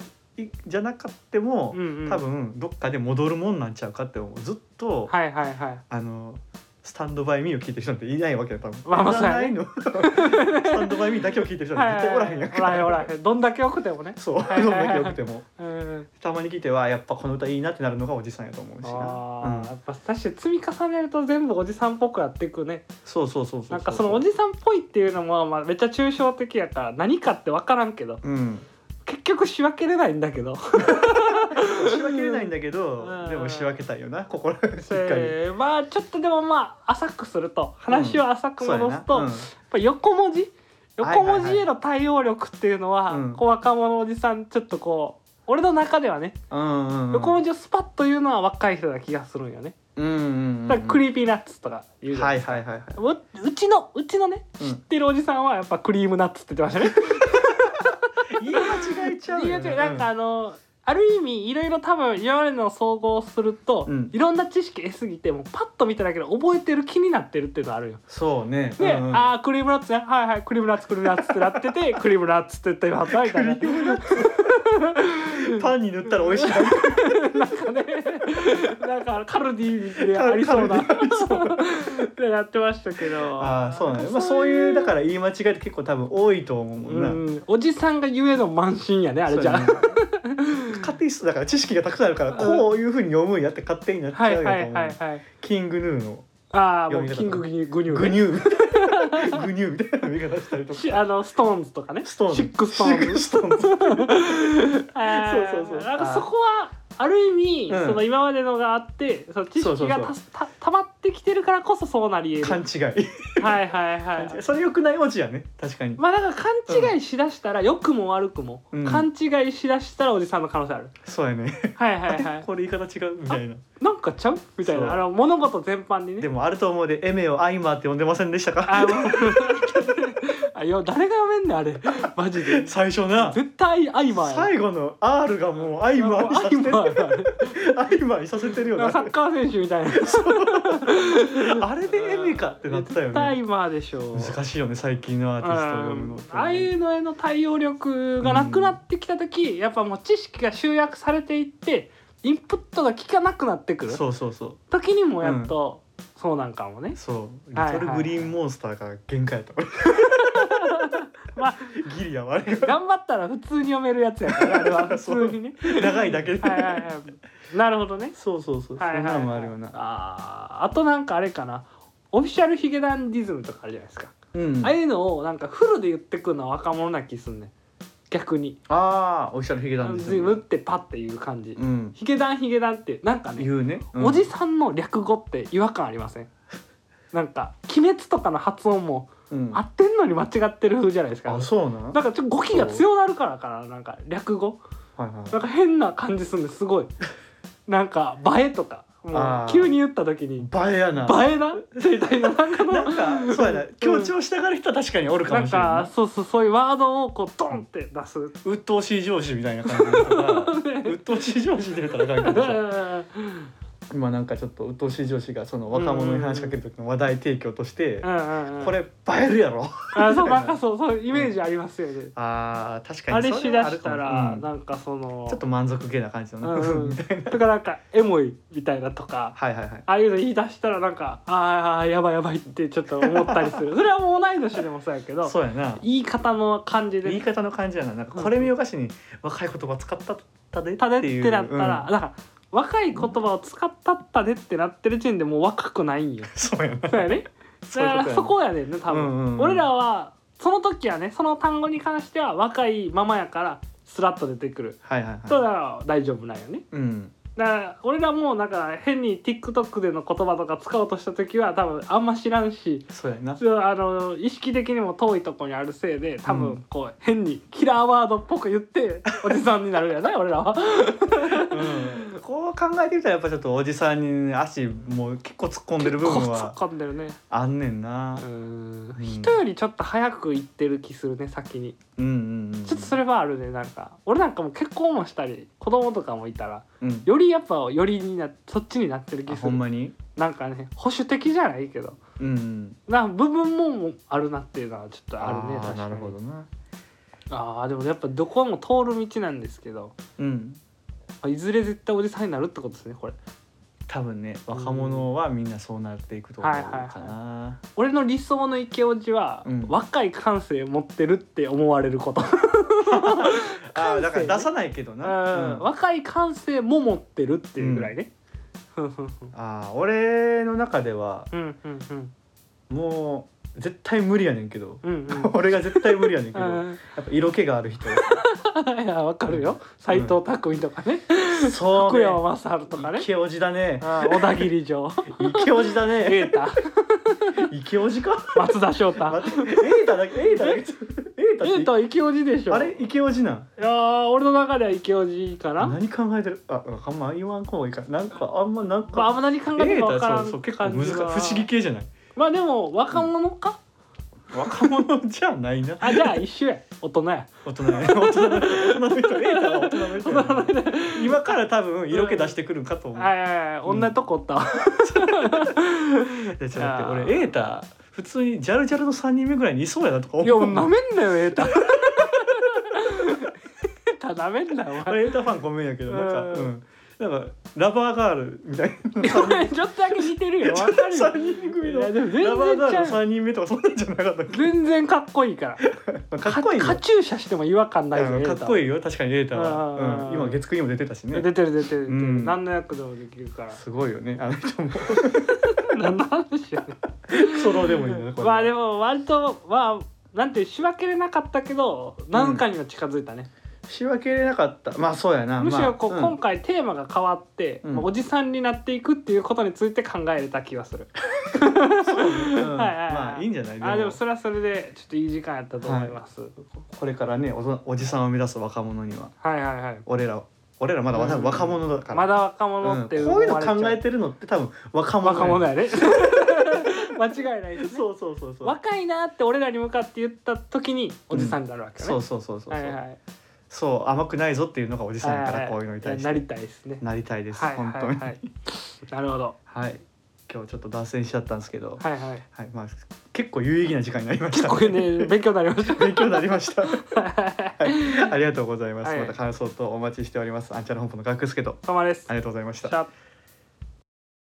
Speaker 1: じゃなかっても、
Speaker 2: うんうん
Speaker 1: 多分どっかで戻るもんなんちゃうかって思うずっと、
Speaker 2: はいはいはい
Speaker 1: あのスタンドバイミーを聞いてる人なんていないわけよ多分、
Speaker 2: まあまあそうや
Speaker 1: な
Speaker 2: ね
Speaker 1: い のスタンドバイミーだけを聞いてる人
Speaker 2: は
Speaker 1: ないんて絶対おらへんやんか、
Speaker 2: はいはいおらへんおらへんどんだけ良くてもね
Speaker 1: そう、
Speaker 2: はいはいはい
Speaker 1: どんだけ良くても
Speaker 2: うん
Speaker 1: たまに聞いてはやっぱこの歌いいなってなるのがおじさんやと思うし
Speaker 2: あ
Speaker 1: な、
Speaker 2: ー
Speaker 1: う
Speaker 2: や
Speaker 1: ん、
Speaker 2: っぱ確かに積み重ねると全部おじさんっぽくやっていくね
Speaker 1: そうそうそうそう
Speaker 2: なんかそのおじさんっぽいっていうのも、まあ、めっちゃ抽象的やから何かって分からんけど
Speaker 1: うん
Speaker 2: 結局仕分けれないんだけど
Speaker 1: 仕分けれないんだけど
Speaker 2: うん
Speaker 1: でも仕分けたいよな心しっかり、
Speaker 2: えーまあちょっとでもまあ浅くすると話を浅く
Speaker 1: そうや
Speaker 2: 戻
Speaker 1: な
Speaker 2: すと、
Speaker 1: うん
Speaker 2: やっぱ横文字
Speaker 1: はいは
Speaker 2: 横
Speaker 1: いはい
Speaker 2: 文字への対応力っていうのは、
Speaker 1: うん
Speaker 2: こう若者おじさんちょっとこう俺の中ではね、
Speaker 1: うんうんうん
Speaker 2: 横文字をスパッと言うのは若い人な気がするんよね。
Speaker 1: うんうんうん
Speaker 2: だからクリーピーナッツとか言うじゃん
Speaker 1: はいはいはいはいう
Speaker 2: うちのうちのね
Speaker 1: うん
Speaker 2: 知ってるおじさんはやっぱクリームナッツって言ってましたね。
Speaker 1: 言い間違えちゃう
Speaker 2: いや
Speaker 1: よね
Speaker 2: 違うなんかあの、ある意味いろいろ多分今までの総合をすると、
Speaker 1: うん
Speaker 2: いろんな知識得すぎてもうパッと見ただけで覚えてる気になってるっていうのはあるよ。
Speaker 1: そうね
Speaker 2: で、
Speaker 1: うんうん
Speaker 2: ああクリームナッツねはいはいクリームナッツクリームナッツってなってて クリームナッツって言ってますみたいな。
Speaker 1: パンに塗ったら美味しいな
Speaker 2: なんかね、なんかカルディでありそうな。
Speaker 1: カ
Speaker 2: ってなってましたけど。
Speaker 1: あーそうなんやまあそういうだから言い間違いって結構多分多いと思うもんな、
Speaker 2: うん、おじさんがゆえの満身やねあれじゃあ、
Speaker 1: そうやね勝手にだから知識がたくさんあるからこういうふうに読むんやって勝手になっちゃ
Speaker 2: は
Speaker 1: う
Speaker 2: い
Speaker 1: よと
Speaker 2: はい
Speaker 1: 思う、
Speaker 2: はいはい
Speaker 1: キングヌーの
Speaker 2: ああも
Speaker 1: 読み
Speaker 2: う
Speaker 1: 方
Speaker 2: キンググニュグニュ
Speaker 1: グニュー グニューみたいな見方したりとか
Speaker 2: しあのストーンズとかね
Speaker 1: ストーン
Speaker 2: シックストーンズ
Speaker 1: シックストーン
Speaker 2: あー
Speaker 1: そうそうそう
Speaker 2: なんかそこはある意味、
Speaker 1: うん
Speaker 2: その今までのがあってその知
Speaker 1: そうそ
Speaker 2: 識
Speaker 1: うそ
Speaker 2: が
Speaker 1: う
Speaker 2: たたたまってきてるからこそそうなりえる
Speaker 1: 勘違い
Speaker 2: はいはいはい
Speaker 1: それ良くないオチやね確かに
Speaker 2: まあなんか勘違いしだしたら良、くも悪くも、
Speaker 1: うん
Speaker 2: 勘違いしだしたらおじさんの可能性ある
Speaker 1: そうやね
Speaker 2: はいはいはい
Speaker 1: これ言い方違うみたいな
Speaker 2: なんかちゃうみたい
Speaker 1: そう
Speaker 2: なあの物事全般にね
Speaker 1: でもあると思うでエメをアイマーって呼んでませんでしたか
Speaker 2: あもう あよ誰が読めんねんあれマジで
Speaker 1: 最初な
Speaker 2: 絶対アイマーや
Speaker 1: 最後の R がもうアイマーにさ
Speaker 2: アイ
Speaker 1: せて
Speaker 2: マーや
Speaker 1: アイマーにさせてるよ
Speaker 2: なんかサッ
Speaker 1: な
Speaker 2: カー選手みたいな
Speaker 1: あれでエメかってなってたよ
Speaker 2: 絶対アイ
Speaker 1: ね
Speaker 2: マーでしょう
Speaker 1: 難しいよね最近のアーティストを読むの
Speaker 2: うんああいうのへの対応力がなくなってきた時、やっぱもう知識が集約されていってインプットが効かなくなってくる
Speaker 1: そうそうそ
Speaker 2: 時にもやっと、そうなんかもね
Speaker 1: うそうリ
Speaker 2: はい
Speaker 1: トルグリーンモンスターが限界やった俺
Speaker 2: まあ
Speaker 1: ギリやわあれが
Speaker 2: 頑張ったら普通に読めるやつやからあ れは普通にね
Speaker 1: 長いだけで
Speaker 2: はいはいはいなるほどね
Speaker 1: そうそうそうそ
Speaker 2: はいは
Speaker 1: ん
Speaker 2: いは
Speaker 1: ないのもあるよな
Speaker 2: あーあとなんかあれかなオフィシャルヒゲダンディズムとかあるじゃないですか、
Speaker 1: うん
Speaker 2: ああいうのをなんかフルで言ってくるのは若者な気すんねん逆に
Speaker 1: ああおっしゃるヒゲ
Speaker 2: ズ
Speaker 1: ダンですよ
Speaker 2: ームってパッていう感じ、
Speaker 1: うん
Speaker 2: ヒゲダンヒゲダンってなんかね、
Speaker 1: 言うね、
Speaker 2: おじさんの略語って違和感ありませんなんか「鬼滅」とかの発音も
Speaker 1: うん、うん
Speaker 2: 合ってんのに間違ってる風じゃないですか、
Speaker 1: あそうなん
Speaker 2: なんかちょっと語気が強なるからかななんか略語
Speaker 1: はいはい
Speaker 2: なんか変な感じするんですごいなんか「映え」とかも
Speaker 1: あ
Speaker 2: う
Speaker 1: ー
Speaker 2: 急に言った時に
Speaker 1: 映えやな
Speaker 2: 映えなみたいななんかの
Speaker 1: なんかそうやな強調したがる人は確かにおるか
Speaker 2: な
Speaker 1: も
Speaker 2: ん
Speaker 1: しれない、
Speaker 2: かそうそうそういうワードをこうドンって出す。うん
Speaker 1: 鬱陶しい上司みたいな感じだから 鬱陶しい上司って言ったらあかんけどさ今なんかちょっと鬱陶しい上司がその若者に話しかける時の話題提供として
Speaker 2: うんうん
Speaker 1: これ映えるやろ
Speaker 2: あそうなんかそうそうイメージありますよね。
Speaker 1: あー確か
Speaker 2: あ
Speaker 1: に
Speaker 2: れしだした
Speaker 1: はあ
Speaker 2: ら
Speaker 1: るかもうん
Speaker 2: なんかその
Speaker 1: ちょっと満足げな感じのな、
Speaker 2: うんう
Speaker 1: み
Speaker 2: ん
Speaker 1: たいな
Speaker 2: とかなんかエモいみたいなとか。
Speaker 1: はいはいはい
Speaker 2: ああいうの言い出したらなんかああやばいやばいってちょっと思ったりするそれはもう同い年でもそうやけ ど
Speaker 1: そうやな
Speaker 2: 言い方の感じで
Speaker 1: 言い方の感じやななんかこれ見よがしに若い言葉使ったったで
Speaker 2: たでっ
Speaker 1: いう
Speaker 2: てなったら、
Speaker 1: うん
Speaker 2: だから若い言葉を使ったったでってなってる時点でもう若くないんよ
Speaker 1: そうや な
Speaker 2: そうやね
Speaker 1: そ
Speaker 2: だ
Speaker 1: ういう
Speaker 2: か
Speaker 1: とや
Speaker 2: ら
Speaker 1: な
Speaker 2: そこやねんね多分、
Speaker 1: うんうんうん
Speaker 2: 俺らはその時はねその単語に関しては若いままやからスラッと出てくる
Speaker 1: はいはい
Speaker 2: と
Speaker 1: は
Speaker 2: だから大丈夫なんよね
Speaker 1: いうん
Speaker 2: だから俺らもなんか変に TikTok での言葉とか使おうとした時は多分あんま知らんし
Speaker 1: そうやな
Speaker 2: それはあの意識的にも遠いとこにあるせいで多
Speaker 1: う
Speaker 2: 分
Speaker 1: ん
Speaker 2: こう変にキラーワードっぽく言っておじさんになるやな俺らは。
Speaker 1: こう考えてみたらやっぱちょっとおじさんに足もう結構突っ込んでる部分
Speaker 2: 結構突っ
Speaker 1: は
Speaker 2: 込んでるね。
Speaker 1: あんねんな
Speaker 2: う。ん
Speaker 1: うん
Speaker 2: 人よりちょっと早く行ってる気するね先に。
Speaker 1: うんうんうん。
Speaker 2: ちょっとそれはあるねなんか俺なんかもう結婚もしたり子供とかもいたら
Speaker 1: うん。
Speaker 2: よりやっぱよりになそっちになってる気
Speaker 1: あ
Speaker 2: す
Speaker 1: ほ
Speaker 2: る
Speaker 1: んまに。
Speaker 2: なんかね保守的じゃないけど
Speaker 1: うんうん。
Speaker 2: な部分もあるなっていうのはちょっとあるね
Speaker 1: ー
Speaker 2: 確かに
Speaker 1: なるほどな。
Speaker 2: あーでもやっぱどこも通る道なんですけど
Speaker 1: うん。
Speaker 2: あいずれ絶対おじさんになるってことですねこれ
Speaker 1: 多分ね若者はみんなそうなっていくと思うかな。
Speaker 2: 俺の理想のイケオジは、
Speaker 1: うん
Speaker 2: 若い感性持ってるって思われること、
Speaker 1: ああーだか
Speaker 2: 感性ね
Speaker 1: ら出さないけど
Speaker 2: う
Speaker 1: な。
Speaker 2: ん、
Speaker 1: うん
Speaker 2: 若い感性も持ってるっていうぐらいね、うん、うん
Speaker 1: ああ俺の中では
Speaker 2: うんうんうん
Speaker 1: もう絶対無理やねんけ ど。
Speaker 2: うん
Speaker 1: 俺が絶対無理やねんけ
Speaker 2: う
Speaker 1: ど。
Speaker 2: ん
Speaker 1: やっぱ色気がある 人。
Speaker 2: うんいやわかるよ斎藤匠とかね、
Speaker 1: そう
Speaker 2: 福
Speaker 1: ね。
Speaker 2: 山雅治とかね
Speaker 1: イケオジだね。
Speaker 2: あー小田切城
Speaker 1: イケオジだ
Speaker 2: 瑛
Speaker 1: ね。
Speaker 2: 太
Speaker 1: イケオジか。
Speaker 2: 松田翔太
Speaker 1: 待ってエータだけエータだけエータって
Speaker 2: 瑛太はイケオジでしょ
Speaker 1: あれイケオジなん
Speaker 2: いやー俺の中ではイケオジかな、
Speaker 1: 何考えてるああんま言わん方がいいかなんかあんまなん
Speaker 2: まあ、あ
Speaker 1: か
Speaker 2: んま何考え
Speaker 1: エ
Speaker 2: ても
Speaker 1: ー
Speaker 2: 分から
Speaker 1: タ
Speaker 2: ん
Speaker 1: そうそう
Speaker 2: って
Speaker 1: 結構
Speaker 2: 感
Speaker 1: 難
Speaker 2: じ
Speaker 1: しい不
Speaker 2: は
Speaker 1: 思議系じゃない
Speaker 2: まあでも若者か、
Speaker 1: 若者じゃないな
Speaker 2: あじゃあ一緒や大人や
Speaker 1: 大 人大人の人大人の人エータは大人の人やな今から多分色気出してくるんかと思う
Speaker 2: はいはいはい
Speaker 1: うん
Speaker 2: 女とこおったわ、
Speaker 1: でちょっと待って俺エータ普通にジャルジャルの3人目ぐらいにいそうやなとか思
Speaker 2: いやも
Speaker 1: う
Speaker 2: うなめんなよ エータエータなめんなよ お
Speaker 1: あれエータファンごめんやけどなんか
Speaker 2: うん
Speaker 1: うんなんかラバーガールみたいな
Speaker 2: 前ちょっとだけ似てるよわか るよ
Speaker 1: 3人組の
Speaker 2: いやでも全然
Speaker 1: ラバーガール
Speaker 2: ちゃ
Speaker 1: の
Speaker 2: う
Speaker 1: 3人目とかそんなんじゃなかったっ
Speaker 2: 全然かっこいいから
Speaker 1: けかっこいい
Speaker 2: カ
Speaker 1: よ
Speaker 2: カチューシャしても違和感ないぞ、
Speaker 1: うん
Speaker 2: エー
Speaker 1: か
Speaker 2: タ
Speaker 1: っこいいよ確かにエータ
Speaker 2: うんうん
Speaker 1: は、う
Speaker 2: う
Speaker 1: んん、今月9にも出てたしね
Speaker 2: 出てる出てる出てる、
Speaker 1: うん
Speaker 2: 何の役でもできるから
Speaker 1: すごいよねあの人も
Speaker 2: 何の話やねん
Speaker 1: クソどうでもいいなこれ
Speaker 2: まあでも割とまあなんて仕分けれなかったけど何かには近づいたね、
Speaker 1: 仕分けれなかったまあそうやな
Speaker 2: むしろこう、
Speaker 1: まあ
Speaker 2: 今回テーマが変わって、
Speaker 1: うん
Speaker 2: まあおじさんになっていくっていうことについて考えれた気がする、
Speaker 1: うんうん
Speaker 2: はいはいはい
Speaker 1: まあいいんじゃない
Speaker 2: あでもそれはそれでちょっといい時間やったと思います、
Speaker 1: これからねおぞおじさんを目指す若者には
Speaker 2: はい、はいはい
Speaker 1: 俺ら俺らまだ
Speaker 2: うん
Speaker 1: 若者だから、
Speaker 2: まだ若
Speaker 1: う
Speaker 2: 者
Speaker 1: ん
Speaker 2: って
Speaker 1: こ
Speaker 2: 思わ
Speaker 1: うい
Speaker 2: れ
Speaker 1: う
Speaker 2: ちゃ
Speaker 1: の考えてるのって多分若者
Speaker 2: 若者
Speaker 1: や
Speaker 2: やね 間違いないですね
Speaker 1: そうそうそうそう
Speaker 2: 若いなって俺らに向かって言った時におじさんになるわけね、
Speaker 1: そうそうそうそう、
Speaker 2: はいはい
Speaker 1: そう甘くないぞっていうのがおじさんやか
Speaker 2: はい
Speaker 1: ら
Speaker 2: はい
Speaker 1: こういうのに対し
Speaker 2: なり
Speaker 1: て
Speaker 2: たいですね
Speaker 1: なりたいです、
Speaker 2: はいはい
Speaker 1: 本当に
Speaker 2: はいなるほど
Speaker 1: はい今日ちょっと脱線しちゃったんですけど、
Speaker 2: はいはい
Speaker 1: はいまあ、結構有意義な時間になりました、
Speaker 2: これね勉強になりました
Speaker 1: 勉強になりました、はい、ありがとうございます、
Speaker 2: はい
Speaker 1: また感想とお待ちしておりますあんちゃんの本舗のガクスケと
Speaker 2: トマです
Speaker 1: ありがとうございました
Speaker 2: シャープ